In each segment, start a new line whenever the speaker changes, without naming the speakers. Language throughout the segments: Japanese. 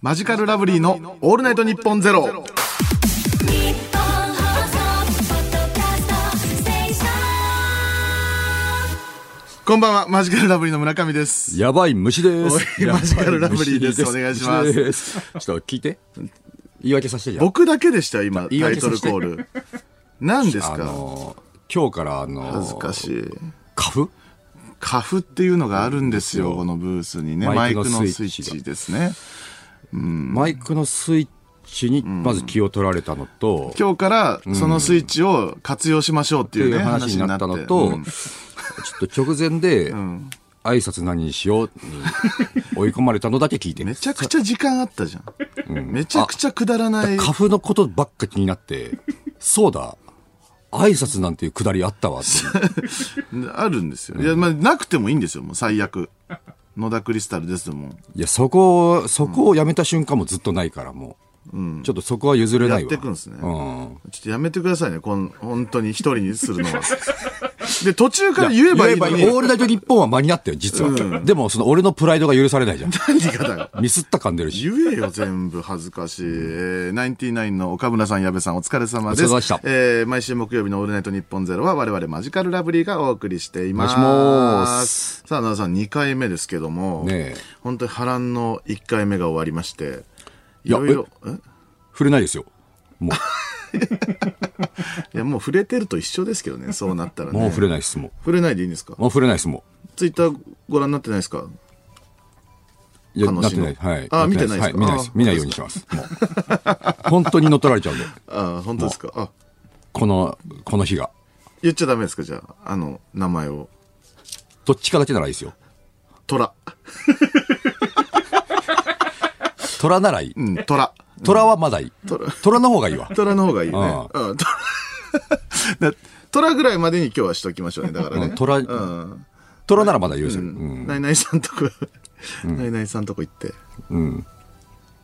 マジカルラブリーのオールナイトニッポンゼロ。
日本放送ポッドキャストステーショ
こんばんは、マジカルラブリーの村上です。
やばい虫で
お
す。
い
やばい
マジカルラブリーです
虫
お願いします
虫です ちょっと聞いて。言い訳させてじゃん。
僕だけでしたよ、今、タ
言い
イ
訳
ト
さ
ル
せて
コール。何です
あ
か
のー、今日からあのー、
恥ずかしい。
花粉
カフっていうのがあるんですよ、このブースにね。マ
マ
イ
イ
ク
ク
の
の
ス
ス
イ
イ
ッ
ッチが
チですね。
マイクのスイッチにまず気を取られたのと、っ
今日からそのスイッチを活用しましょうって
て
いう
い
ね、
う話
話
に
に
な
な
っ
ったて。
のと、
うん
ちょっと直前で、挨拶何にしように追い込まれたのだけ聞いて。
めちゃくちゃ時間あったじゃん。めちゃくちゃくだらない。
花粉のことばっか気になって、そうだ、挨拶なんていうくだりあったわって。
あるんですよ。いや、まあ、なくてもいいんですよ、もう最悪。野田クリスタルですもん。
いや、そこを、そこをやめた瞬間もずっとないから、もう。ちょっとそこは譲れないわ。
やってくんですね
うん。
ちょっとやめてくださいね、こん、本当に一人にするのは。 で、途中から言えばいいのに、
オールナイト日本は間に合ったよ、実は。でも、その俺のプライドが許されないじゃん。
何がだよ。
ミスった感出るし。
言えよ、全部恥ずかしい。えー、ナインティナインの岡村さん、矢部さん、お疲れ様です。
お疲れ様でした
えー毎週木曜日のオールナイト日本ゼロは、我々マジカルラブリーがお送りしています。
お願いします
さあ、野田さん、2回目ですけども、
ねえ
本当に波乱の1回目が終わりまして、い
いや
ろいろ、え
触れないですよ。も
いや、もう触れてると一緒ですけどね、そうなったら
う、
ね。
もう触れないです、も
触れないでいいんですか
う。もう触れないです、も
ツイッターご覧になってないですか
う。いや、
楽
なっ
しい
て
の
ない。はい。
あ見て
っ
ないですか
は見ないで
あ
す。見ないようにします。もう。本当に乗っ取られちゃうんで。
ああ、本当ですかあ、
この、この日が。
言っちゃダメですかじゃあ、あの、名前を。
どっちかだけならいいですよ。
虎。
虎ならいい。
うん、虎。
虎はまだいい。虎の方がいいわ。
虎の方がいいよね
あ。
うん、虎。 だ虎ぐらいまでに今日はしときましょうね、だから
う
ね。
ん虎
うん。
虎ならまだ許せる。う
うん
ん。
ナイナイさんとこ、ナイナイさんとこ行って、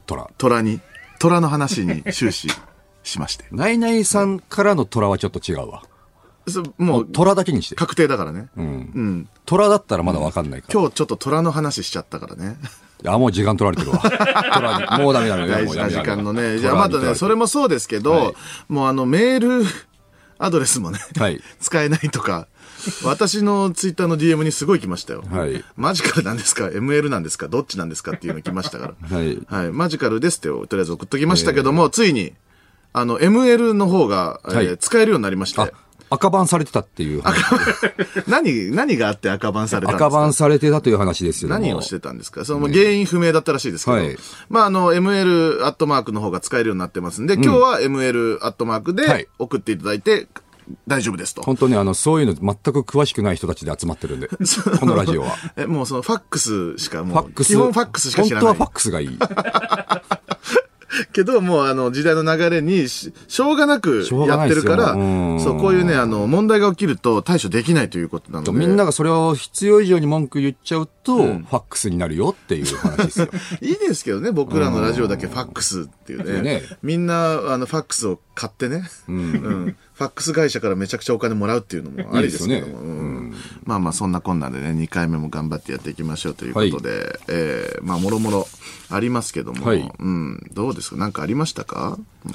虎。
虎に、虎の話に終始しま して。
ナイナイさんからの虎はちょっと違うわ。
そもう、
虎だけにして。
確定だからね。う。
うんん。虎だったらまだわかんないから。
今日ちょっと虎の話しちゃったからね。
あ、もう時間取られてる わ。虎に。もうダメダメダメ。
大
も
事
うや
な
め
時
やめ
間のね。
虎に
じゃあまたね、それもそうですけど、
はい
もうあのメールアドレスもね、
はい
使えないとか、私のツイッターの DM にすごい来ましたよ。
はい
マジカルなんですか ?ML なんですかどっちなんですかっていうの来ましたから。
はい
マジカルですってとりあえず送っときましたけども、ついに、あの、ML の方が、えー
はい
使えるようになりまし
あ
て、、
赤番されてたっていう話。
何、何があって赤バンされたんです
赤
か
番されてたという話ですよ。
何をしてたんですかその原因不明だったらしいですけど、
はい
まあ、あの、ML アットマークの方が使えるようになってますんで、今日は ML アットマーク
は
で
い
送っていただいて、大丈夫ですと。
本当ね、あの、そういうの全く詳しくない人たちで集まってるんで。こ
そう
のラジオは。フ
え、もうそのファックスしか、も
ァ
う
ッ、クス。
基本ファックスしか知ら
本
な
当はいファ。ックスがいい。
けど、もうあの、時代の流れにし、しょうがなく
しょうが
や
な
っ
い
て
です
る
よ
から、
うん
そう、こういうね、あの、問題が起きると対処できないということなので。
みんながそれを必要以上に文句言っちゃうと、ファックスになるよっていう話ですよ。
いいですけどね、僕らのラジオだけファックスっていうね。
ね
みんな、あの、ファックスを買ってね、うん。ファックス会社からめちゃくちゃお金もらうっていうのもありですけども。
いいですよね
うんまあまあ、そんなこんなでね、2回目も頑張ってやっていきましょうということで、えーまあ、もろもろありますけども、
はい
うん、どうですかなんかありましたか、う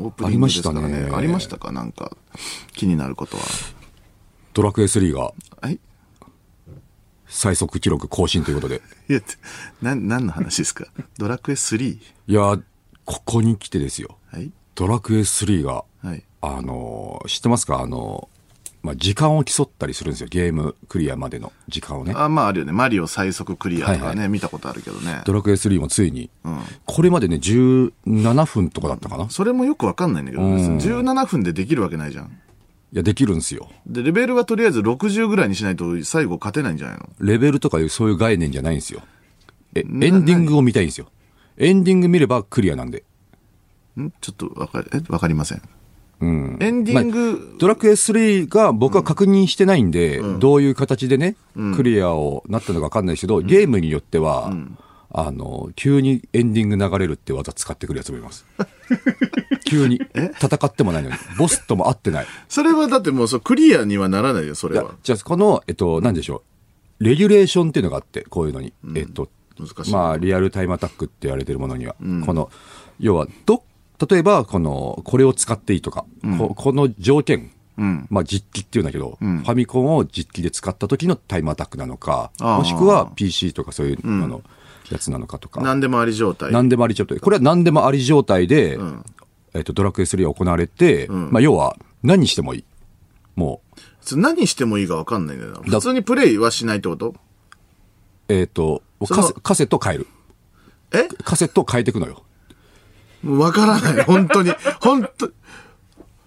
ん、オープニングですからね。ありましたたあ
ありましね
りましたかなんか、気になることは。
ドラクエ3が
はい
最速記録更新ということで。
いや、な、何の話ですかドラクエ 3?
いやー、ここに来てですよ。
はい
ドラクエ3が、
はい。
あのー知ってますかあのーまあ、時間を競ったりするんですよ。ゲームクリアまでの時間をね。
あ、まああるよね。マリオ最速クリアとかね、
はいは
見たことあるけどね。
ドラクエ3もついに、これまでね、17分とかだったかな。い
それもよくわかんないんだけど、別に17分でできるわけないじゃん。
や、できるんですよ。
で、レベルはとりあえず60ぐらいにしないと最後勝てないんじゃないの
レベルとかいうそういう概念じゃないんですよ。え、エンディングを見たいんですよ。エンディング見ればクリアなんで。
んちょっとわかり、えわかりません。エンディング、
ドラクエ3が僕は確認してないんで、どういう形でね、クリアをなったのか分かんないですけど、ゲームによっては、あの、急にエンディング流れるって技使ってくるやつもい ます。急に。戦ってもないのに。ボスとも会ってない。
それはだってもうそうクリアにはならないよ、そ
い
れ
や
は。
じゃあ、この、えっと、なんでしょう。レギュレーションっていうのがあって、こういうのに。えっと、
難しい。
まあ、リアルタイムアタックって言われてるものには、この、要は、ど、例えば、この、これを使っていいとか、ここの条件、
ん
まあ、実機っていうんだけど、ファミコンを実機で使った時のタイムアタックなのか、
あー
もしくは PC とかそういう、あの、やつなのかとか、
何でもあり状態。
何でもあり状態。これは何でもあり状態で、えっと、ドラクエ3は行われて、まあ、要は、何してもいい。もう、
それ何してもいいか分かんないんだよな。普通にプレイはしないってこと
えっ、と、
その
カセカセット変える。
え
カセットを変えていくのよ。
もう分からない。 本当に。本当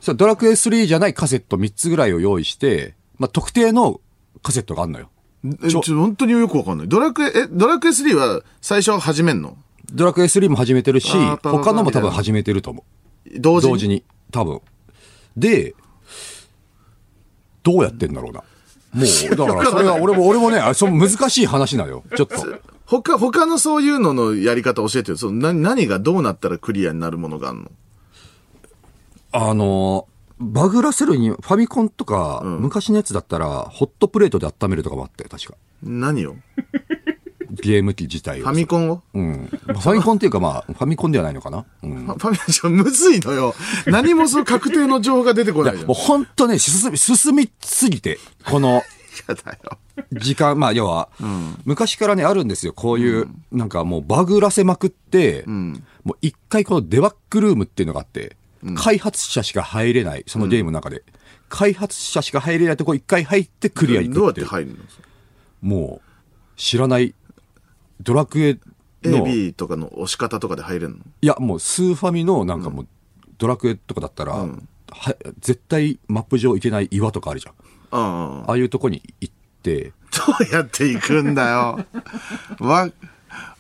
それドラクエ3じゃないカセット3つぐらいを用意して、まあ、特定のカセットがあるのよ。
えちょ、本当によく分かんない。ドラクエ、え、ドラクエ3は最初始めんの
ドラクエ3も始めてるし
あー、パラパラ
他のも多
みたい
分
な
始めてると思
同
う。
時に。
同時に。多分。で、どうやってんだろうな。もう、だからそれは俺も、俺もね、あその難しい話なのよ。ちょっと。
他、他のそういうののやり方教えてよ。その何何がどうなったらクリアになるものがあるの
あのー、バグらせるに、ファミコンとか、昔のやつだったら、ホットプレートで温めるとかもあって、確か。
何を
ゲーム機自体を
ファ。ミコンを
うん。ファミコンっていうかまあ、ファミコンではないのかな。うん。
ファファミ コンちょ、むずいのよ。何もその確定の情報が出てこないじゃん。
もうほんとね、進み、進みすぎて、この
嫌だよ。
時間、 まあ要は、昔からね、あるんですよ。こういう、なんかもうバグらせまくって、もう一回このデバッグルームっていうのがあって、開発者しか入れない、そのゲームの中で。開発者しか入れないとこ一回入ってクリア行
どう
く
や
っ
ってて
いう。
入るの
もう、知らない、ドラクエの、い
?AB とかの押し方とかで入れるの
やもうスーファミのなんかもう、ドラクエとかだったら、は絶対マップ上行けない岩とかあるじゃん。
ああ。
ああいうとこに行って、
どうやって行くんだよ。 わ、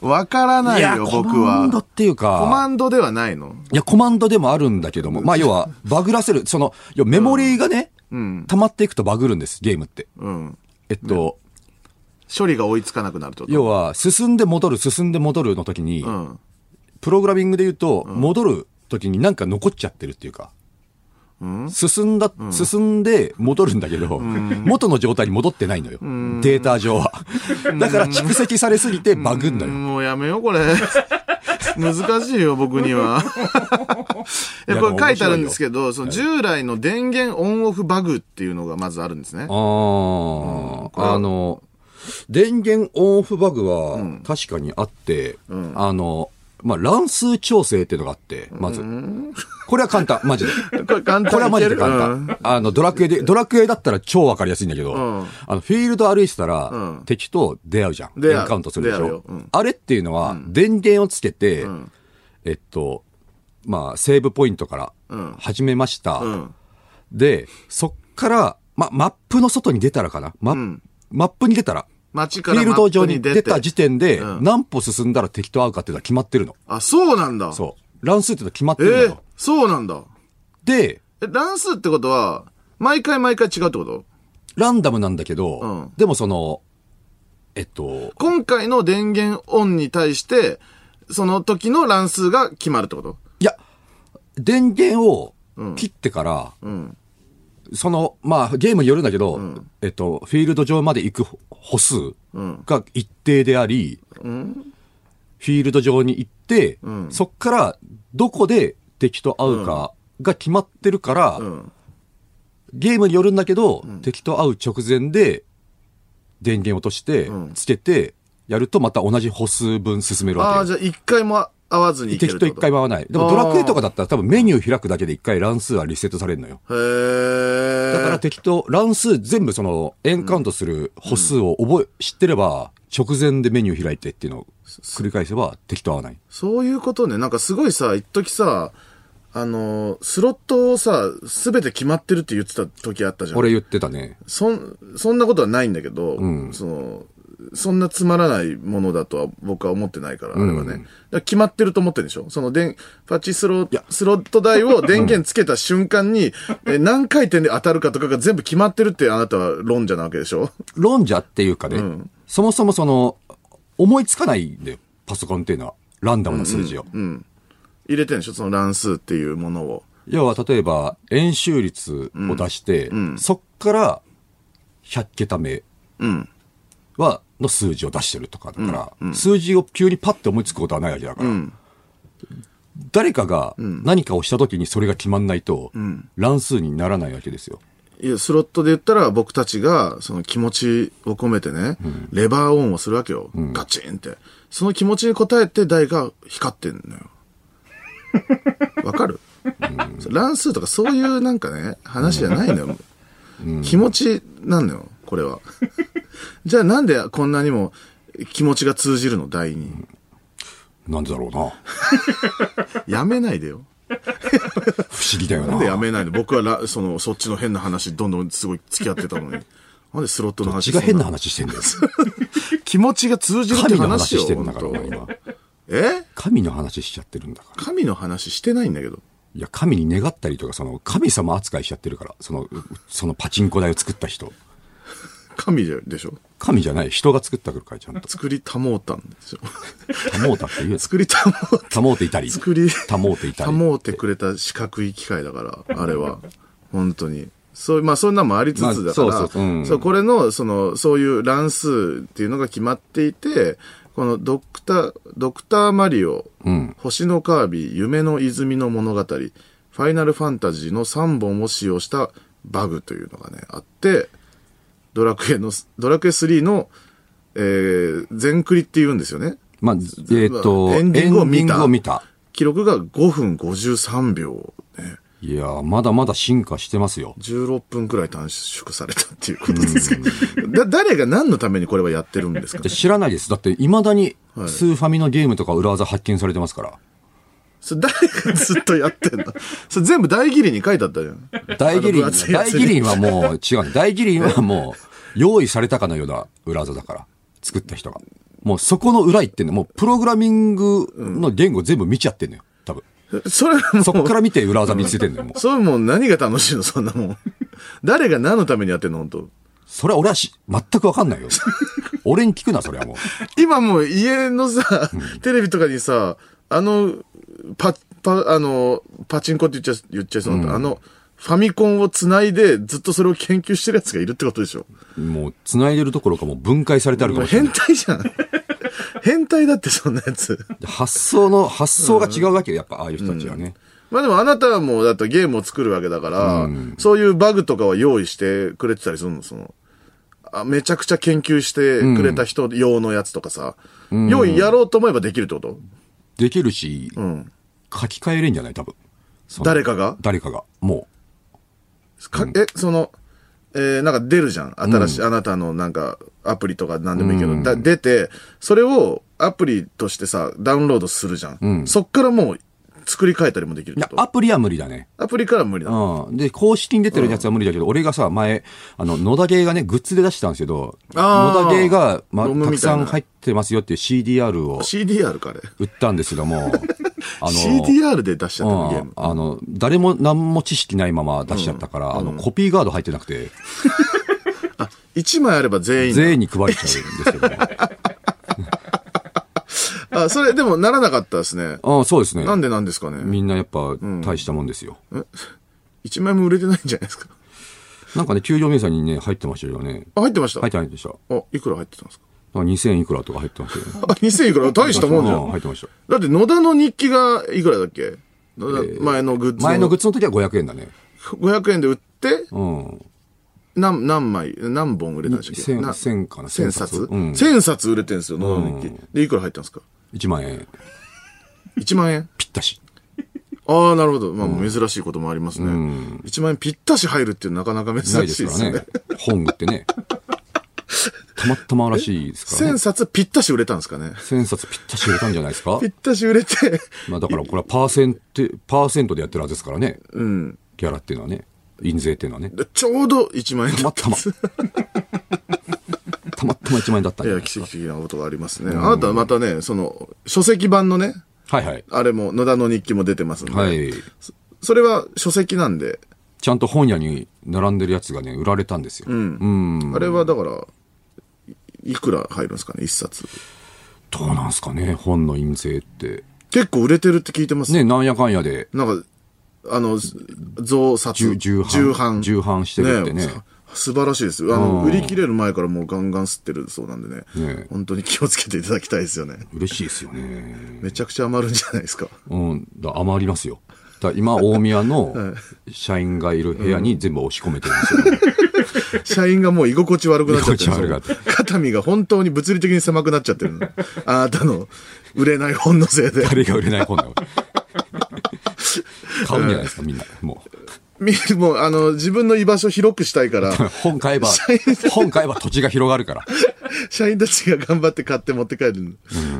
わからないよ、
コ
僕は。
マンドっていうか、
コマンドではないの
いや、コマンドでもあるんだけども、まあ、要は、バグらせる、その、要はメモリーがね、溜まっていくとバグるんです、ゲームって。
うん。
えっと、
処理が追いつかなくなるってこと
要は、進んで戻る、進んで戻るの時に、
うん。
プログラミングで言うと、戻る時になんか残っちゃってるっていうか、進んだ、進んで戻るんだけど、元の状態に戻ってないのよ、データ上 は。だから蓄積されすぎてバグんだよ。
もうやめよう、これ。 難しいよ、僕に は。いや
いや
これ書いてある
でも面白い
ん
よ
ですけど、その従来の電源オンオフバグっていうのがまずあるんですね。れ
あ
は
あ、あの、電源オンオフバグは確かにあって、あの、まあ、乱数調整っていうのがあって、まず。これは簡単、マジで。
これ簡単
これはマジで
いける
簡
うん
単。あの、ドラクエで、ドラクエだったら超わかりやすいんだけど、
ん
あの、フィールド歩いてたら、
うん
敵と出会うじゃん。
出会う
エンカウントするでし
出会うよ
ょ。
うん
あれっていうのは、電源をつけて、えっと、まあ、セーブポイントから
ん
始めました。
うん。
で、そっから、ま、マップの外に出たらかなマ,、
ん
マップに出たら、
街
フ
か
ィ
ら
ール
マ
ド
ッ
上
プ
に
に
出
出
た
て。
時点で、
うん
何歩進んだら敵と会うかっていうのは決まってるの。
あ、そうなんだ。
そう。乱数っていうのは決まって
え
るの
ー
よ。
そうなんだ。
で、
え、乱数ってことは、毎回毎回違うってこと
ランダムなんだけど、
うん
でもその、えっと、
今回の電源オンに対して、その時の乱数が決まるってこと
いや、電源を切ってから、
うん。
その、まあ、ゲームによるんだけど、えっと、フィールド上まで行く歩数が一定であり、フィールド上に行って、
ん
そっからどこで敵と会うかが決まってるから、
ん
ゲームによるんだけど、敵と会う直前で電源落として、つけて、やるとまた同じ歩数分進めるわけよ
ああ、じゃあ一回も合わずにいける
敵
っ
と
て
一
こと
回も会わない。でもドラクエとかだったら多分メニュー開くだけで一回乱数はリセットされるのよ。
へー。
だから敵と乱数全部そのエンカウントする歩数を覚え、知ってれば直前でメニュー開いてっていうのを繰り返せば敵と会わない。
そういうことね。なんかすごいさ、一時さ、あのー、スロットをさ、すべて決まってるって言ってた時あったじゃん。
俺言ってたね。
そん、そんなことはないんだけど、その、そんなつまらないものだとは僕は思ってないから、あれはね。だから決まってると思ってるでしょその電、パチスロ、スロット台を電源つけた瞬間に、え何回転で当たるかとかが全部決まってるってあなたは論者なわけでしょ
論者っていうかね、そもそもその思いつかないんだよ。パソコンっていうのは。ランダムな数字を。
入れてるんでしょその乱数っていうものを。
要は例えば円周率を出して、そっから100桁目
うん。
は、の数字を出してるとかだから、数字を急にパッて思いつくことはないわけだから、誰かが何かをした時にそれが決まんないと、乱数にならないわけですよ。
いや、スロットで言ったら僕たちが、その気持ちを込めてね、レバーオンをするわけよ。ガチンって。その気持ちに応えて台が光ってん のよ。わかる、そう乱数とかそういうなんかね、話じゃないのよ。気持ちなんのよ、これ は。じゃあなんでこんなにも気持ちが通じるの、台に。
なんでだろうな。
やめないでよ。
不思議だよ
なんでや
な。
めないの僕は らその、そっちの変な話、どんどんすごい付き合ってたのに。なんでスロットの話
血が変
そん
な話し てんだよ。
気持ちが通じるって
神の
話
話
を。
してるんだから、
本
俺今。
当え
神の話しちゃってるんだから。
神の話してないんだけど。
いや、神に願ったりとか、その、神様扱いしちゃってるから、その、そのパチンコ台を作った人。
神でしょ
神じゃない、人が作ったから、ちゃんと。
作りたもうたんですよ。
たもうたって言うやつ。
作りたもう
たもうていたり。
作り、
たもうていたり。
保てくれた四角い機械だ から、あれは。本当に。そう、まあ、そんなんもありつつだから、
まあそうそううん
これの、その、そういう乱数っていうのが決まっていて、このドクター、ドクターマリオ、星のカービィ、夢の泉の物語、ファイナルファンタジーの3本を使用したバグというのがね、あって、ドラクエの、ドラクエ3の、えー、全クリって言うんですよね。
まあ、えっ、と、
エンディングを見た
エンディングを見た。
記録が5分53秒、ね。
いやー、まだまだ進化してますよ。
16分くらい短縮されたっていうことですけど、だ誰が何のためにこれはやってるんですか
で知らないです。だって、未だに、スーファミのゲームとか裏技発見されてますか
それ誰がずっとやってんだそれ全部大義理に書い てあったじゃん。
ら。大義
あの分厚い
林、
や
大
つ
義林はもう違う。大義林はもう、用意されたかのような裏技だから。作った人が。もうそこの裏行ってんの。もうプログラミングの言語全部見ちゃってんのよ。多 分。
それはもう、
そっから見て裏技見つけてんのよ。もう
それはもう何が楽しいのそんなもん。誰が何のためにやってんの本当
それは俺はし、全くわか んないよ。俺に聞くな、それはもう。
今もう家のさ、テレビとかにさ、あの、パ、パ、あの、パチンコって言っちゃ、言っちゃいそうになった、あの、ファミコンを繋いでずっとそれを研究してるやつがいるってことでしょ
もう、繋いでるどころかもう分解されてあるか
もう
もしれな
変
い。
態 じゃん。変態だってそんなやつ。
発想の、発想が違うわけよ、やっぱ、ああいう人たちはね。
まあでもあなたはもうだってゲームを作るわけだから、そういうバグとかは用意してくれてたりするの、その。あめちゃくちゃ研究してくれた人用のやつとかさ、用意やろうと思えばできるってこと、
できるし、書き換えれんじゃない多分。その
誰かが
誰かが。も
かえ、その、えーなんか出るじゃん。新しい、あなたのなんかアプリとか何でもいいけど、だ出て、それをアプリとしてさ、ダウンロードするじゃん。そっからもう作り変えたりもできるっ
う。
て
いや
こ、と
アプリは無理だね。
アプリから無理だ。
うん。で、公式に出てるやつは無理だけど、俺がさ、前、あの、野田芸がね、グッズで出してたんですけど、
あー
野田芸が、ま、
ロムみたいな
たくさん入ってますよっていう CDR を
CDR かあれ。
売ったんですけど も、あ
CDR で出しちゃったの、ゲー
うん
ム。
あの、誰も何も知識ないまま出しちゃったから、あの、コピーガード入ってなくて、
1枚あれば全員だ。
全員に配れちゃうんですけどね。
あ、それでもならなかったですね。
あそうですね。
なんでなんですかね。
みんなやっぱ、大したもんですよ。
1枚も売れてないんじゃないですか。
なんかね、給料明細にね、入ってましたよね。
あ、入ってました。
入ってないでした。なんか
あ、いくら入ってたんですか。
2000いくらとか入ってますよね。
あ、2000いくら大したもんじゃ。
うん入ってました。
だって野田の日記がいくらだっけ野田前のグッズ
前のグッズの時は500円だね。
500円で売って、
うん。
何、何枚、何本売れたんでしたっけ
千
な
千かな
千冊
うん
千冊売れてんですよ、野田の日記。で、いくら入ったんですか
1万円。
?1 万円
ぴったし。
ああ、なるほど。まあ、珍しいこともありますね。1万円ぴったし入るっていうのはなかなか
ない
珍
で
しいで
すか
すよ
ら
ね
ね。。本売ってね。たまたまらしいですから
1000
ね。
冊ぴったし売れたんですかね。
1000冊ぴったし売れたんじゃないですか
ぴったし売れて、
まあだからこれはパーセンテ、パーセントでやってるはずですからね。ギャラっていうのはね。印税っていうのはね。
でちょうど1万円
た
だ
ま
った
ま。たまたま1万円だったん
いや、
じゃないです
奇跡的なことがありますね。あなたはまたね、その、書籍版のね、
か。はいはい。
あれも、野田の日記も出てますんで、
はい。
それは書籍なんで、
ちゃんと本屋に並んでるやつがね、売られたんですよ。
あれはだから、いいくら入るんですかね、一冊。
どうなんすかね、本の印税って。
結構売れてるって聞いてますね。
ね、なんやかんやで、
なんか、あの、増冊。
重重版重版してるってね
え素晴らしいです。あの、
うん
売り切れる前からもうガンガン吸ってるそうなんでね。
ねえ
本当に気をつけていただきたいですよね。
嬉しいですよね。
めちゃくちゃ余るんじゃないですか。
うん、だ余りますよ。だ今、大宮 の社員がいる部屋に全部押し込めてるんですよ。
社員がもう居心地悪くなっちゃってるん
居心地悪
です
くな
よ。肩身が本当に物理的に狭くなっちゃってるの。あなたの売れない本のせいで。
誰が売れない本だよ。 買うんじゃないですか、みんな。も
みもう、あの、自分の居場所広くしたいから
う。、 本買えば、本買えば土地が広がるから。
社員たちが頑張って買って持って帰る。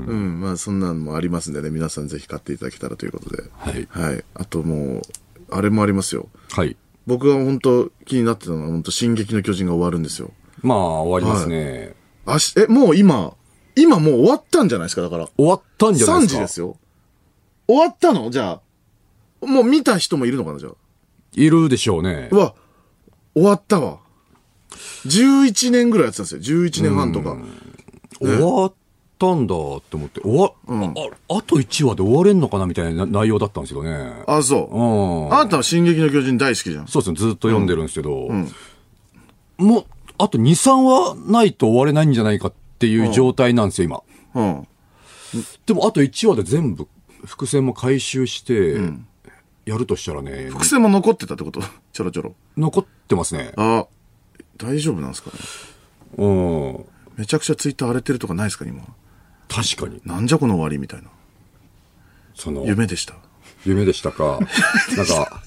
うん、まあそんなのもありますんでね、皆さんぜひ買っていただけたらということで。
はい
はい。あともう、あれもありますよ。
はい。
僕が本当気になってたのは、本当進撃の巨人が終わるんですよ。
まあ、終わりますね。
あし、え、もう今、今もう終わったんじゃないですか、だから。
終わったんじゃない
3
です
時
か。
ですよ。終わったのじゃあ。もう見た人もいるのかな、じゃあ。
いるでしょうね
う。わ、終わったわ。11年ぐらいやってたんですよ。11年半とか。
終わったんだって思って、終わ、ああと1話で終われんのかなみたいな内容だったんですけどね。
あ、そうう。
ん。
あなたは進撃の巨人大好きじゃん。
そうですね、ずっと読んでるんですけど、もう、あと2、3話ないと終われないんじゃないかっていう状態なんですよ、今。
うん。
でも、あと1話で全部、伏線も回収して、やるとしたらね、
伏線も残ってたってことちょろちょろ。
残ってますね。
あ、大丈夫なんですかね。
うん。
めちゃくちゃツイッター荒れてるとかないですか、今。
確かに。
なんじゃこの終わりみたいな。
その、夢
夢でした。
でし たか。なんか、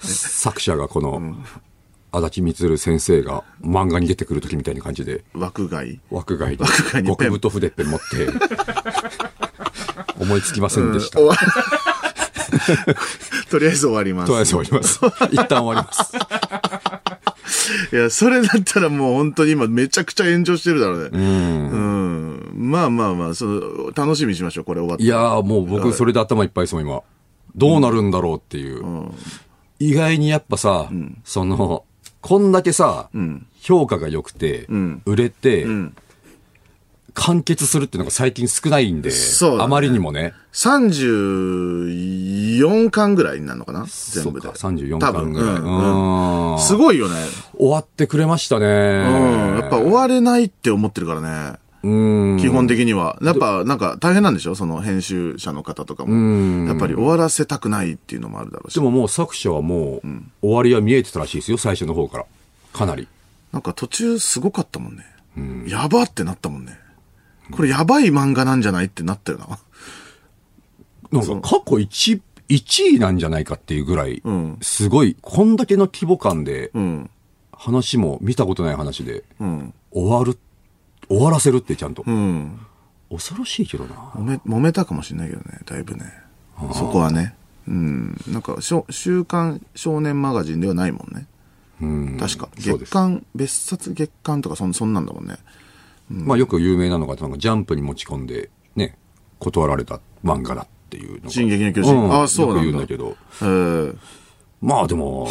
作者がこの、足立光先生が漫画に出てくる時みたいな感じで、
枠外。
枠外
枠外
に
にペン
極太筆ペン持 って、思いつきませんでした
終。わ とりあえず終わります。
とりあえず終わります。 一旦終わります。
いや、それだったらもう本当に今めちゃくちゃ炎上してるだろうね。うん。まあまあまあ、その、楽しみにしましょう、これ終わって。
いやーもう僕それで頭いっぱいですもん、今。どうなるんだろうっていう。意外にやっぱさ、その、こんだけさ、評価が良くて、売れて、完結するっていうのが最近少ないんで、
そうだね
あまりにもね。
34巻ぐらいになるのかな
そ
全
う
部で。
か、34巻ぐらい。
多
う
分うんうん
ん
すごいよね。
終わってくれましたね。
うん。やっぱ終われないって思ってるからね。
うん。
基本的には。やっぱなんか大変なんでしょその編集者の方とかも。やっぱり終わらせたくないっていうのもあるだろうし
で。ももう作者はもう、終わりは見えてたらしいですよ、最初の方から。かなり。
なんか途中すごかったもんね。やばってなったもんね。これやばい漫画なんじゃないってなったよな。
なんか過去一、一位なんじゃないかっていうぐらい、
ん
すごい、こんだけの規模感で、
うん。
話も見たことない話で、
うん。
終わる、終わらせるってちゃんと。
うん。
恐ろしいけどな。
揉め、揉めたかもしれないけどね、だいぶね。そこはね。うん。なんか、しょ週刊少年マガジンではないもんね。
うん。
確か。
そうで
月
す。
刊、別冊月刊とかそん、そんなんだもんね。
まあよく有名なのが、なんかジャンプに持ち込んで、ね、断られた漫画だっていうのが。
進撃の巨人
ん
ああそうなんだ
よく言うんだけど。
えー、
まあでも、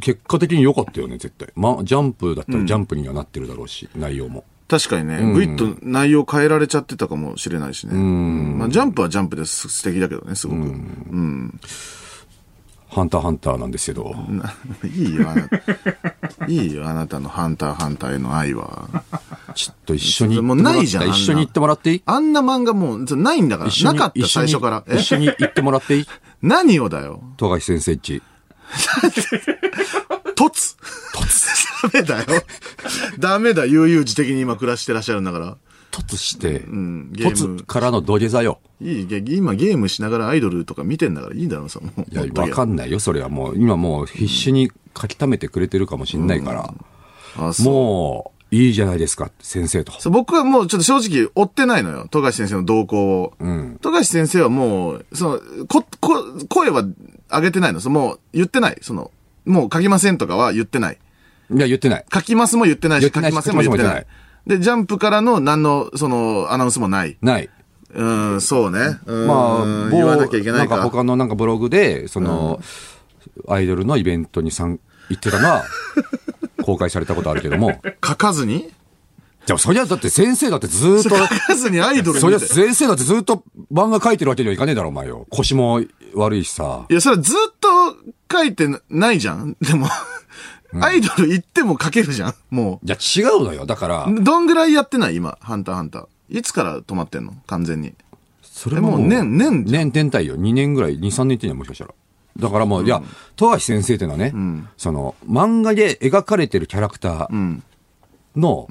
結果的に良かったよね、絶対。まあ、ジャンプだったらジャンプにはなってるだろうし、内容も。
確かにね、ぐいっと内容変えられちゃってたかもしれないしね。まあ、ジャンプはジャンプです素敵だけどね、すごく。
ハンターハンターなんですけど。
な いいよ、あなた。いいよ、あなたのハンターハンターへの愛は。
ちょっと一緒に行って
もう
もらっ
な
て
いじゃんあんな
一緒に行ってもらっていい
あんな漫画もう、ないんだから。
一緒
な
に
かった、
一緒
最
に
初から。え
一緒に行っても らっていい
何をだよ。
富樫先生っち。
突突 ダメだよ。ダメだ、悠々自適に今暮らしてらっしゃるんだから。
突し
ゲ
て、
ーム
突からの土下座よ。
いい、ゲ今ゲームしながらアイドルとか見てんだからいいだろ、その。
いや、わかんないよ、それはもう。今もう必死に書き溜めてくれてるかもしんないから。
あそう
もう、いいじゃないですか、先生と。
そう僕はもうちょっと正直追ってないのよ。富樫先生の動向を。富樫先生はもう、その、こ、こ、声は上げてないの。そのもう言ってない。その、もう書きませんとかは言ってない。
いや、言ってない。
書きますも言ってないし、書
言って
き
ないし
ませんも言って
書き
な
ません
い。で、ジャンプからの何の、その、アナウンスもない。
ない。
うん、そうね。うん
まあ、
言わなきゃいけない
ん
か
か。他のなんかブログで、その、アイドルのイベントに参行ってたのは、公開されたことあるけ ども。
書かずに
じゃあ、そりゃだって先生だってずーっ
書
と、
かずにアイドル
そ
見
りゃ
て。
先生だってずーっと漫画描いてるわけにはいかねえだろ、お前よ。腰も悪いしさ。
いや、それはずっと書いてないじゃん。でも、アイドル行っても書けるじゃんも
いや、違うのよ。だから、
う。どんぐらいやってない今、ハンターハンター。いつから止まってんの完全に。
それ
も
も
う年年じ
年天体よ。2年ぐらい、2、3年ってんじゃんもしかしたら。だからもう、いや、富樫先生っていうのはね、その、漫画で描かれてるキャラクター
ん
の、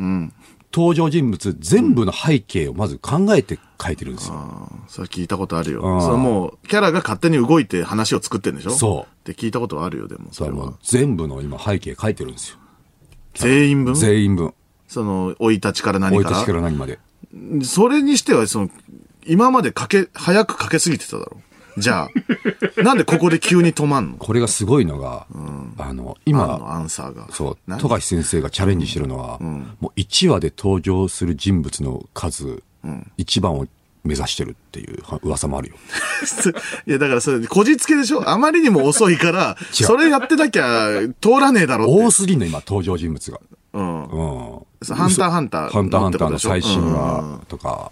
登場人物全部の背景をまず考えて書いてるんですよ。
ああ、それ聞いたことあるよ
あ。ー
それもう、キャラが勝手に動いて話を作ってんでしょ
そう
って聞いたことはあるよ、でも。そ
だ
れ
からも
は
う。全部の今背景書いてるんですよ。
全員分
全員分。
その、生い立ちから
生
何
い
か
立
ら
ちから何まで。
それにしては、その、今までかけ、早くかけすぎてただろ。じゃ あ、なんでここで急に止まんの
これがすごいのが、あの、
あ
今、
のアンサーが。
そう、
何
富樫先生がチャレンジしてるのは、もう1話で登場する人物の数、一1番を目指してるっていうは噂もあるよ。
いや、だからそれ、こじつけでしょあまりにも遅いから、
違う
それやってなきゃ通らねえだろって
多。すぎんの、今、登場人物が。
うん。
うん。
そうハンターハンター
ハンターハ
のっ
ンターの
てことでしょ
最新
うん
話とか、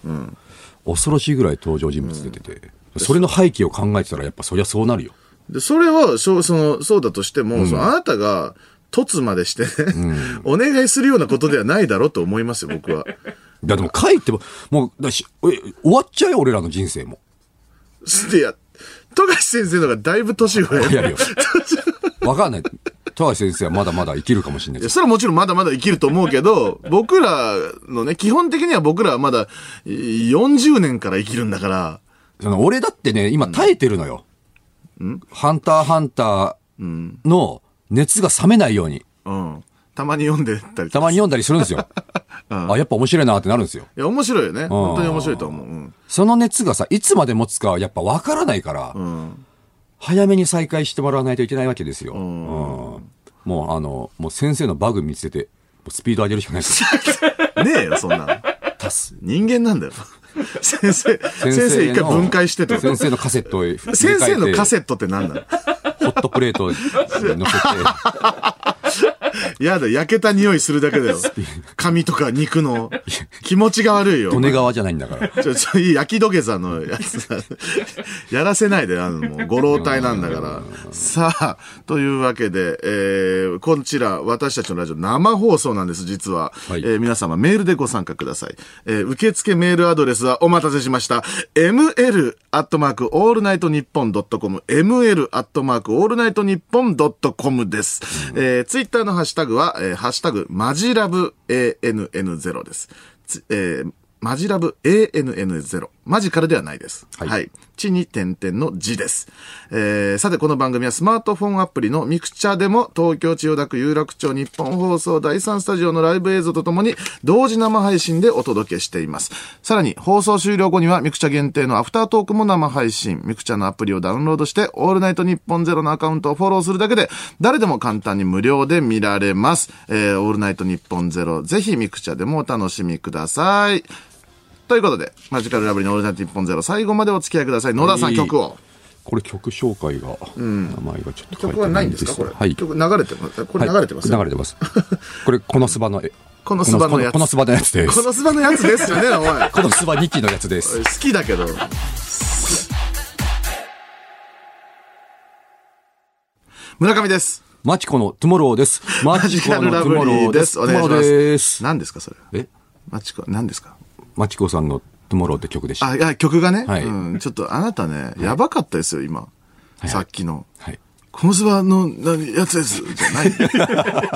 恐ろしいぐらい登場人物出てて、それの背景を考えてたら、やっぱそりゃそうなるよ。
で、それを、しょその、そうだとしても、そのあなたが、凸までしてね、お願いするようなことではないだろうと思いますよ、僕は。
いや、でも書いても、もう、だし、え終わっちゃうよ、俺らの人生も。
いや、富樫先生の方がだいぶ年上。
いやいや。わかんない。富樫先生はまだまだ生きるかもしれない
いや
です。
それはもちろんまだまだ生きると思うけ ど、僕らのね、基本的には僕らはまだい40年から生きるんだから、
その俺だってね、今耐えてるのよ。ハンターハンターの熱が冷めないように、
うん。たまに読んでたり
たまに読んだりするんで すよ。あ、やっぱ面白いなってなるんですよ。
いや、面白いよね。本当に面白いと思う。うん。
その熱がさ、いつまで持つかはやっぱわからないから、早めに再開してもらわないといけないわけですよ。うんもうあの、もう先生のバグ見つけて、もうスピード上げるしかないです。
ねえよ、そん なの。
足す。
人間 なんだよ。先生、 先生一回
の
分解してと。
先生のカセットを入れ替えて。
先生のカセットって何なの
ホットプレートに乗せて。
やだ、焼けた匂いするだけだよ。髪とか肉の。気持ちが悪いよ。
利根川じゃないんだか ら。
ちょ、ちょ、いい焼き土下座のやつさやらせないで、あの、もう、ご老体なんだから。さあ、というわけで、えー、こちら、私たちのラジオ生放送なんです、実は。
はい
えー皆様、メールでご参加ください。えー、受付メールアドレスはお待たせしました。ml アットマークオールナイトニッポンドットコム、ml アットマークオールナイトニッポンドットコムです。えー、ツイッターのハッシュタグは、えー、ハッシュタグ、マジラブ ANN0 です。つえーマジラブ ANN0。マジカルではないです。は。
はいい
地に点々の字です。えー、さて、この番組はスマートフォンアプリのミクチャでも、東京千代田区有楽町日本放送第3スタジオのライブ映像とともに、同時生配信でお届けしています。さらに、放送終了後にはミクチャ限定のアフタートークも生配信。ミクチャのアプリをダウンロードして、オールナイト日本ゼロのアカウントをフォローするだけで、誰でも簡単に無料で見られます。えー、オールナイト日本ゼロ、ぜひミクチャでもお楽しみください。ということで、マジカルラブリーのオールナイト日本ゼロ、最後までお付き合いください。野田さ
は
ん、
い
曲を。
これ曲紹介が、名前がちょっと書いて
曲はないんですかこれ。
はい。
曲流れてます。これ流れてます、
はい流れてます。これ、このスバの、え
このスバのやつ
このスバのやつです。
このスバのやつですよね、お い。
このスバ2期のやつ
好
です。
きだけど。村上です。
マチコのトゥモローです。マ
マジ
チコ
カル
の
ラ
トゥ
ブリ
モロ
ー
ー
で。
ですす。
お
トゥ
願い
モ
しま。
ローですす。
何ですか、それ。
え
マチコ、何ですか
マチコさんのトゥモローって曲でした。
あ、いや、曲がね。
はい
うん。ちょっと、あなたね、やばかったですよ、今。
い
さっきの。
はい。
コンスバの何やつですじゃな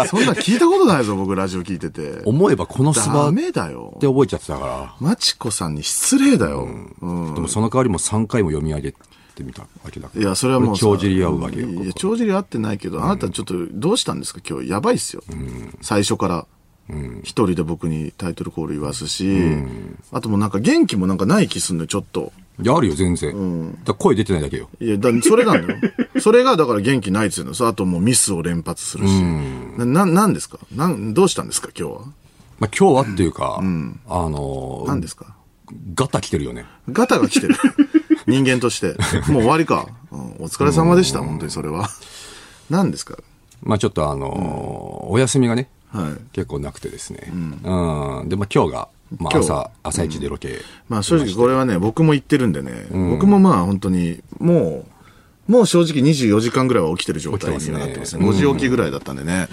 い。そんなん聞いたことないぞ、僕ラジオ聞いてて。
思えばこのスバ
ダ
っ
メだよ
て。覚えちゃってたか
マチコさんに失礼だよ。うん
ら、でもその代わりも3回も読み上げてみたわけだから
いや、それはもうさ。
帳尻合うわけよ。
いや、
僕
帳尻合ってないけど、あなたちょっとどうしたんですか今日。やばいっすよ。最初から。一人で僕にタイトルコール言わすし、あともうなんか元気もなんかない気すんのよ、ちょっと。
いや、あるよ、全然。だから声出てないだけよ。
いや、だ、それなんだよ。それが、だから元気ないっつうのさ、あともうミスを連発するし。な、な、なんですかなん、どうしたんですか今日は。
まあ、今日はっていうか、あの
何
ー、
ですか
ガタ来てるよね。
ガタが来て る。人間として。もう終わりか。うんお疲れ様でした、本当にそれは。何ですか
まあちょっとあのーお休みがね、
はい
結構なくてですね。うん。で、まあ今日が、ま
今
あ
日
朝、朝一でロケ。
まあ正直これはね、僕も言ってるんでね、僕もまあ本当に、もう、もう正直24時間ぐらいは起きてる状態になってますね。
起きてますね
5時起きぐらいだったんでね。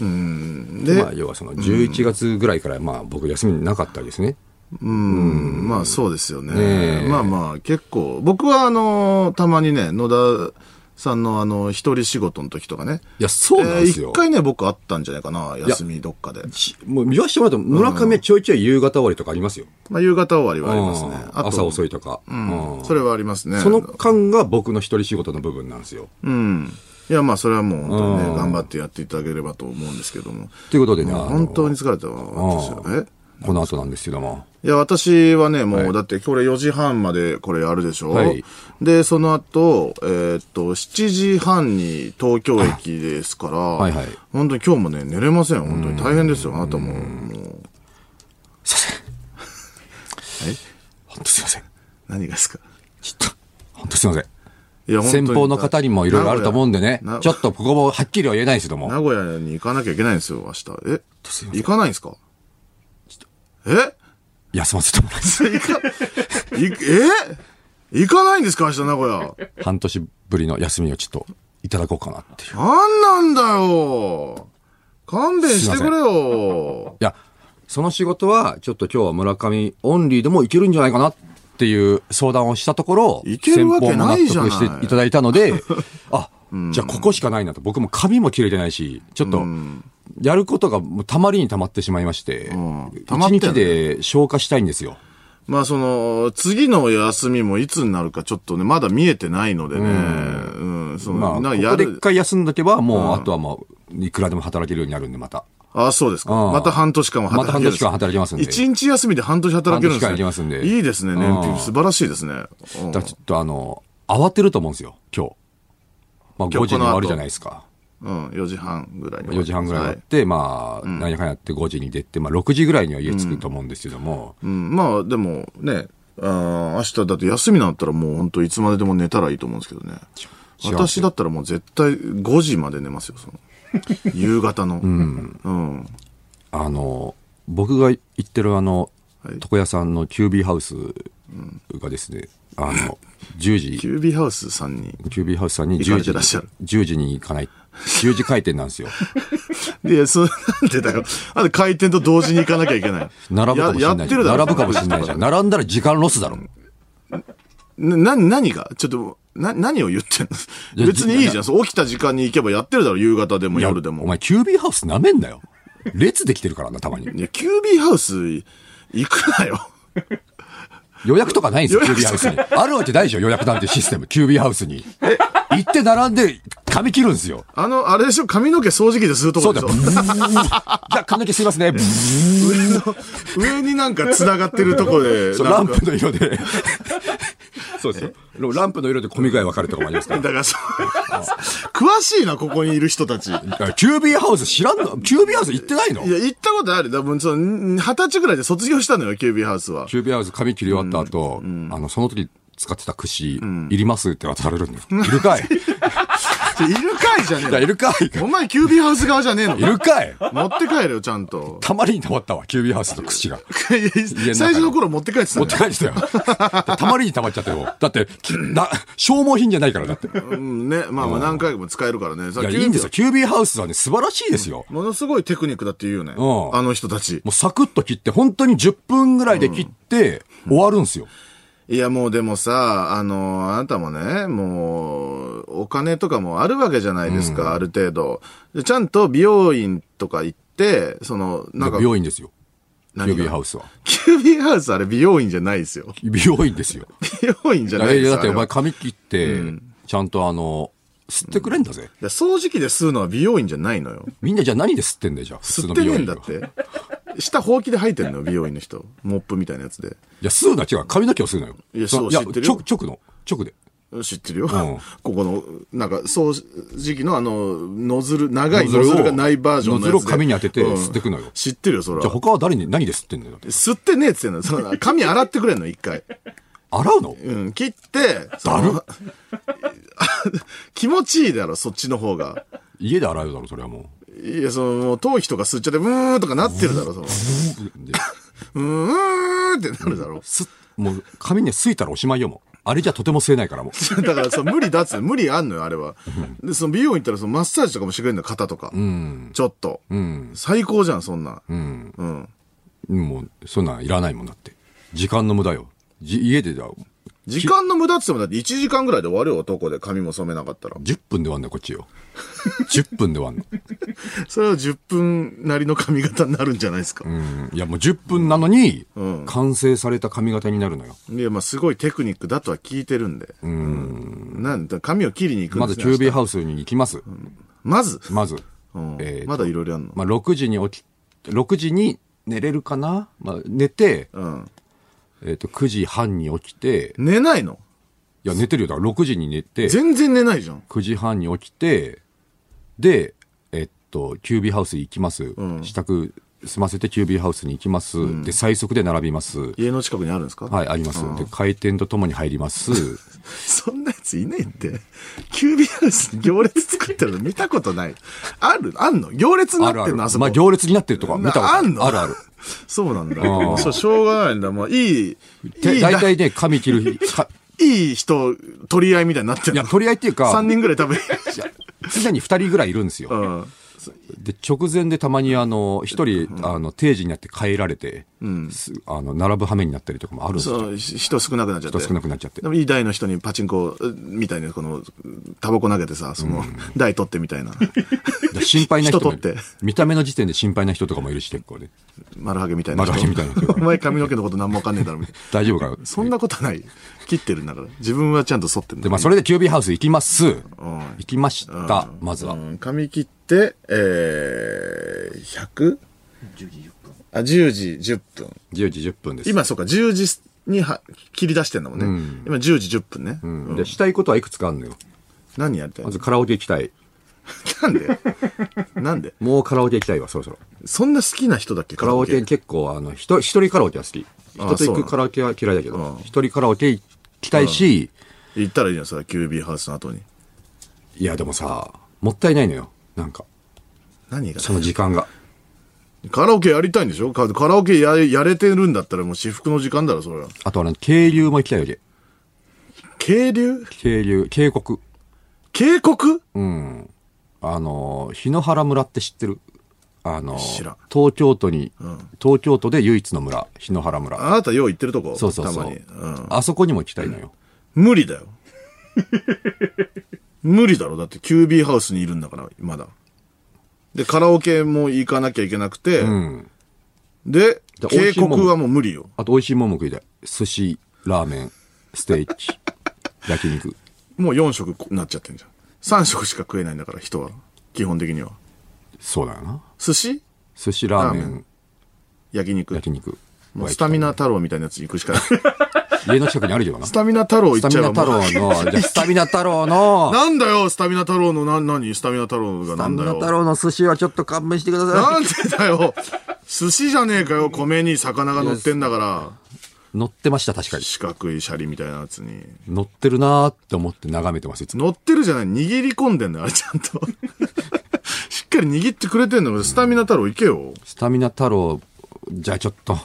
うん。で、
まあ、要はその11月ぐらいから、まあ、僕休みなかったですね。
うん、まあそうですよね。
ねえ
まあまあ結構、僕はあの、たまにね、野田さんのあの、一人仕事の時とかね。
いや、そうなんです
えー
よ
一。回ね、僕あったんじゃないかな、休みどっかで。
しもう見わしてもらうと、村上はちょいちょい夕方終わりとかありますよ。
まあ夕方終わりはありますね。
うん朝遅
い。
いとか。
うん
うん
それはありますね。
その間が僕の一人仕事の部分なんですよ。
うん。いや、まあ、それはもう本当に
うん
ね、頑張ってやっていただければと思うんですけども。
ということでね、あの
本当に疲れたわ、私は。え
この後なんですけども。
いや、私はね、もう、
はい
だって、これ4時半までこれやるでしょ、
はい
で、その後、えーっと、7時半に東京駅ですから、
はいはい
本当に今日もね、寝れません。本当に大変ですよ、あなたも。もう
すいません。
え
本当すいません。
何がですか
ちょっと、本当すいません。
いや
先方の方にもいろいろあると思うんでね
名古屋、
ちょっとここもはっきりは言えないですけども。
名古屋に行かなきゃいけないんですよ、明日。え
すいません
行かないんですかえ
休ませてもらいます。
行か、 行くえ行かないんですか明日名古屋。
半年ぶりの休みをちょっといただこうかなっていう。い
なんなんだよ勘弁してくれよ
や、その仕事は、ちょっと今日は村上オンリーでもいけるんじゃないかなっていう相談をしたところ、
いけるわけないじゃない
先方も納得していただいたの で、あ、じゃあここしかないなと。僕も髪も切れてないし、ちょっと、やることがもうたまりにたまってしまいまして、
ん溜ま
一
ってんね
日で消化したいんですよ。
まあその、次の休みもいつになるかちょっとね、まだ見えてないのでね。うん、その、
ま
な
あ、こ
んかや
こで一
る。
回休んどけば、もう、あとはもう、いくらでも働けるようになるんで、また。
あそうですか。
うん
また半年間は働けるんです
また半年間働けますんで
一日休みで半年働けるんです
半年間行けますんで
いいですね、年
うん
金。素晴らしいですね。うん
だからちょっとあの、慌てると思うんですよ、今日。まあ、
今
5
日
時
この後
に終わるじゃないですか。
うん、4時半ぐらいに終わります。
4時半ぐらいに
は
終わって、まあ、何やかんやって5時に出て、まあ、6時ぐらいには家着くと思うんですけども、
うん、まあでもね、あー明日だって休みなんだったらもう本当いつまででも寝たらいいと思うんですけどね。
幸せ
私だったらもう絶対5時まで寝ますよ、その。 夕方の。うん。
あの、僕が行ってるあの
はい、
床屋さんのキュービーハウスがですね、あの、10時、
キュービーハウスさんに。
キュービーハウスさんに
行か
10
れて
時
らっしゃる
10時に行かない、10時開店なんですよ。
いや、そう、 なんでだよ。あと開店と同時に行かなきゃいけない。
並ぶかもしれ
やや
ない
っ
じ
て
ゃん。
るだろ。
並ぶかもし れないじゃん。並んだら時間ロスだろ。
な、な何がちょっと、な、何を言ってん
いや
の別にいいじゃん。そう起きた時間に行けばやってるだろ、夕方でも夜で
お
も。
前、キュービーハウス舐めんなよ。列できてるからな、たまに。
いや、キュービーハウス行くなよ。
予約とかないんですよ、キュー
予
ビーハウスに。あるわけないでしょ、予約なんてシステム、キュービーハウスに。行って並んで、髪切るんですよ。
あの、あれでしょ髪の毛掃除機でするとこ
そう
で
だ
しょ
よ。ブーじゃあ、髪の毛すいますね。ブー
上になんか繋がってるとこで、
そう
な
ラ
ん
ン
か
プの色で。そうですよ。ランプの色で込み具合分かるとかもありますか
だからそう 詳しいな、ここにいる人たち。いや、
ら。キュービーハウス知らんのキュービーハウス行ってないの
行ったことある。多分、その、ん二十歳ぐらいで卒業したのよ、キュービーハウスは。
キュービーハウス髪切り終わった後、あの、その時使ってた櫛、いりますって渡されるんだよ。いる かいい
ちょいるかいじゃねえ
や、いるかい
よお前、キュービーハウス側じゃねえの
いるかい
持って帰れよ、ちゃんと。
たまりにたまったわ、キュービーハウスの櫛が。
いやいや最初の頃持って帰ってた
持
のよ
って帰ってたよ。たまりにたまっちゃったよ。だって、きな、消耗品じゃないからだって。い
うん、ね。まあまあ、何回も使えるからね。さ
や、いいんですよ。
キュービー
キュービーハウスはね、素晴らしいですよ。
ものすごいテクニックだって言うよね。
うん
あの人たち。
もうサクッと切って、本当に10分ぐらいで切って、終わるんですよ。
いや、もうでもさ、あの、あなたもね、もう、お金とかもあるわけじゃないですか、ある程度。でちゃんと美容院とか行って、その、なんか、
美容院ですよ。キュ
何
ービーハ
が
ウスは。
キュービーハウスあれ美容院じゃないですよ。
美容院ですよ。
美容院じゃ
い
な
や
い
い
です
や、
よ。
だって
あれ
お
は
前髪切って、ちゃんとあの、吸ってくれんだぜ。
いや掃除機で吸うのは美容院じゃないのよ。
みんなじゃあ何で吸ってんだよ、じゃあ。普通
吸
の
って
美
ねえ
容院
ん
で
だ
は
って。下ほうきで入ってんのよ、美容院の人。モップみたいなやつで。
いや、吸うな、違う。髪の毛を吸うのよ。
いやそう
いや、
知ってる
直、直の。直で。
知ってるよ。
ん
ここの、なんか、掃除機のあの、ノズル、長い
ノズ
ノ
ルを
ズルがないバージョンのやつで。
ノズルを髪に当てて吸ってくのよ
知ってるよ、それ
じゃあ
は。
他は誰に、何で吸ってんだよ。だって
吸ってねえっつってんの。その髪洗ってくれんの、一回。
洗うの
うん、切って、そ
だる
の 気持ちいいだろ、そっちの方が。
家で洗うだろ、それはもう。
いや、その、もう頭皮とか吸っちゃって、うーんとかなってるだろ、その。
で
うーんってなるだろ。
すもう、髪ね、すいたらおしまいよ、もう。あれじゃとても吸えないからも う。
だからさ、無理だっつって、無理あんのよ、あれは。で、その美容院行ったら、そのマッサージとかもしてくれるんだよ、肩とか。ちょっと。最高じゃん、そんなん。うん
もう、そんなんいらないもんだって。時間の無駄よ。じ家でだ、
時間の無駄っつっても、だって1時間ぐらいで終わるよ、男で髪も染めなかったら。
10分で終わんのよこっちよ。10分で終わんの。
それは10分なりの髪型になるんじゃないですか。
うんいや、もう10分なのに、完成された髪型になるのよ。
いや、まあ、すごいテクニックだとは聞いてるんで。うん。なんだ、髪を切りに行く
ま
んで
ず、
す
チ
ね
ュービ
明
ー
日
ハウスに行きます。
まず。
まず。
うん
えーと
まだいろいろあんの。
まあ、6時に起き、6時に寝れるかなまあ、寝て、
うん。
えっ、と、9時半に起きて、
寝ないの
いや、寝てるよ。だから6時に寝て、
全然寝ないじゃん。
9時半に起きて、で、えっと、キュービーハウス行きます。支度済ませてキュービーハウスに行きます。で、最速で並びます。
家の近くにあるんですか
はい、あります。で、開店とともに入ります。
そんなやついねえって。キュービーハウスに行列作ってるの見たことない。あるあんの行列に な
あ
って
るあ
る
る。
の
ま
あそこ。
あ、行列になってるとか見たこと
なあんの
あるある。
そうなんだ
う。ん
そう、しょうがないんだ。まあ、いい、い
で
い、
大体ね、髪切る日、 か
いい人取り合いみたいになってる
いや、取り合いっていう
3
か、
人ぐらい多 分。
常に2人ぐらいいるんですよ。
うん。
で、直前でたまにあの、一人、あの、定時になって帰られて、すあの、並ぶ羽目になったりとかもあるんですよ。
そう、ひ人少なくなっちゃって。
人少なくなっちゃって
でも、いい台の人にパチンコうみたいな、この、タバコ投げてさ、その、台取ってみたいな。
で心配な人も
人取
いる
って。
見た目の時点で心配な人とかもいるし、結構ね。
丸ハゲみたいな人。
丸ハゲみたいな 人
お前髪の毛のこと何もわかんねえだろ、みたいな。
大丈夫かよ。
そんなことない。切ってるんだから。自分はちゃんと剃ってんだ
で、まあ、それでキュービーハウス行きます。行きました、まず
う
は。
ん、髪切って、えー、100? あ、10時10分。
10時10分です。
今、そうか、10時には切り出してんだもんね。今、10時10分ね。
うん、で、したいことはいくつかあるのよ。
何やりたい
ま
の
ずカラオケ行きたい。
なんで なんで
もうカラオケ行きたいわ、そろそろ。
そんな好きな人だっけ
カラオケ結構、あの、人、一人カラオケは好き。
あ
人と行
そうな
く
の
カラオケは嫌いだけ
うん
ど、一人カラオケ行きたいし、
行ったらいいじゃん、それ、キュービーハウスの後に。
いや、でもさ、もったいないのよ。なんか、
何が
その時 間が。
カラオケやりたいんでしょカカラオケややれてるんだったらもう私服の時間だろ、それは。
あとはね、渓流も行きたいわけ。
渓流
渓流、渓谷。
渓谷
うん。あの、檜原村って知ってるあの、
知らん
東京都に、東京都で唯一の村、檜原
あ
村。
なたよう行ってるとこ
そうそうそ
た
う。
まに。うん。
あそこにも行きたいのよ。
無理だよ。 無理だろ。だって、キュービーハウスにいるんだから、まだ。で、カラオケも行かなきゃいけなくて、
うん。
で、
だ美
渓
味しいもん
谷はもう無理よ。
あと、美味しいもんも食いたい。寿司、ラーメン、ステー キ、焼肉。
もう4食こなっちゃってんじゃん。3食しか食えないんだから、人は。基本的には。
そうだよな。
寿司
寿司、ラーメ
ラーメ
ン、
焼肉。
焼肉。
もうスタミナ太郎みたいなやつ行くしか ない。ス
家の近くにあるけどな。ス
タミナ太郎行
タ
っ
ミ
ちゃえ
ナ
ばも
太
う
郎の、じゃあスタミナ太郎の、
なんだよ、スタミナ太郎の、な、なに、スタミナ太郎が
あ
なんんだ
な
よ。
太郎の寿司はちょっと勘弁してくださ
なんでだよ。寿司じゃねえかよ、米に魚が乗ってんだから。
い。乗ってました、確かに。
四角いシャリみたいなやつに。
乗ってるなーって思って眺めてます、いつも。
乗ってるじゃない、握り込んでんだよ、あれちゃん と。しっかり握ってくれてんのよスタミナ太郎行けよ。
スタミナ太郎、じゃあちょっと、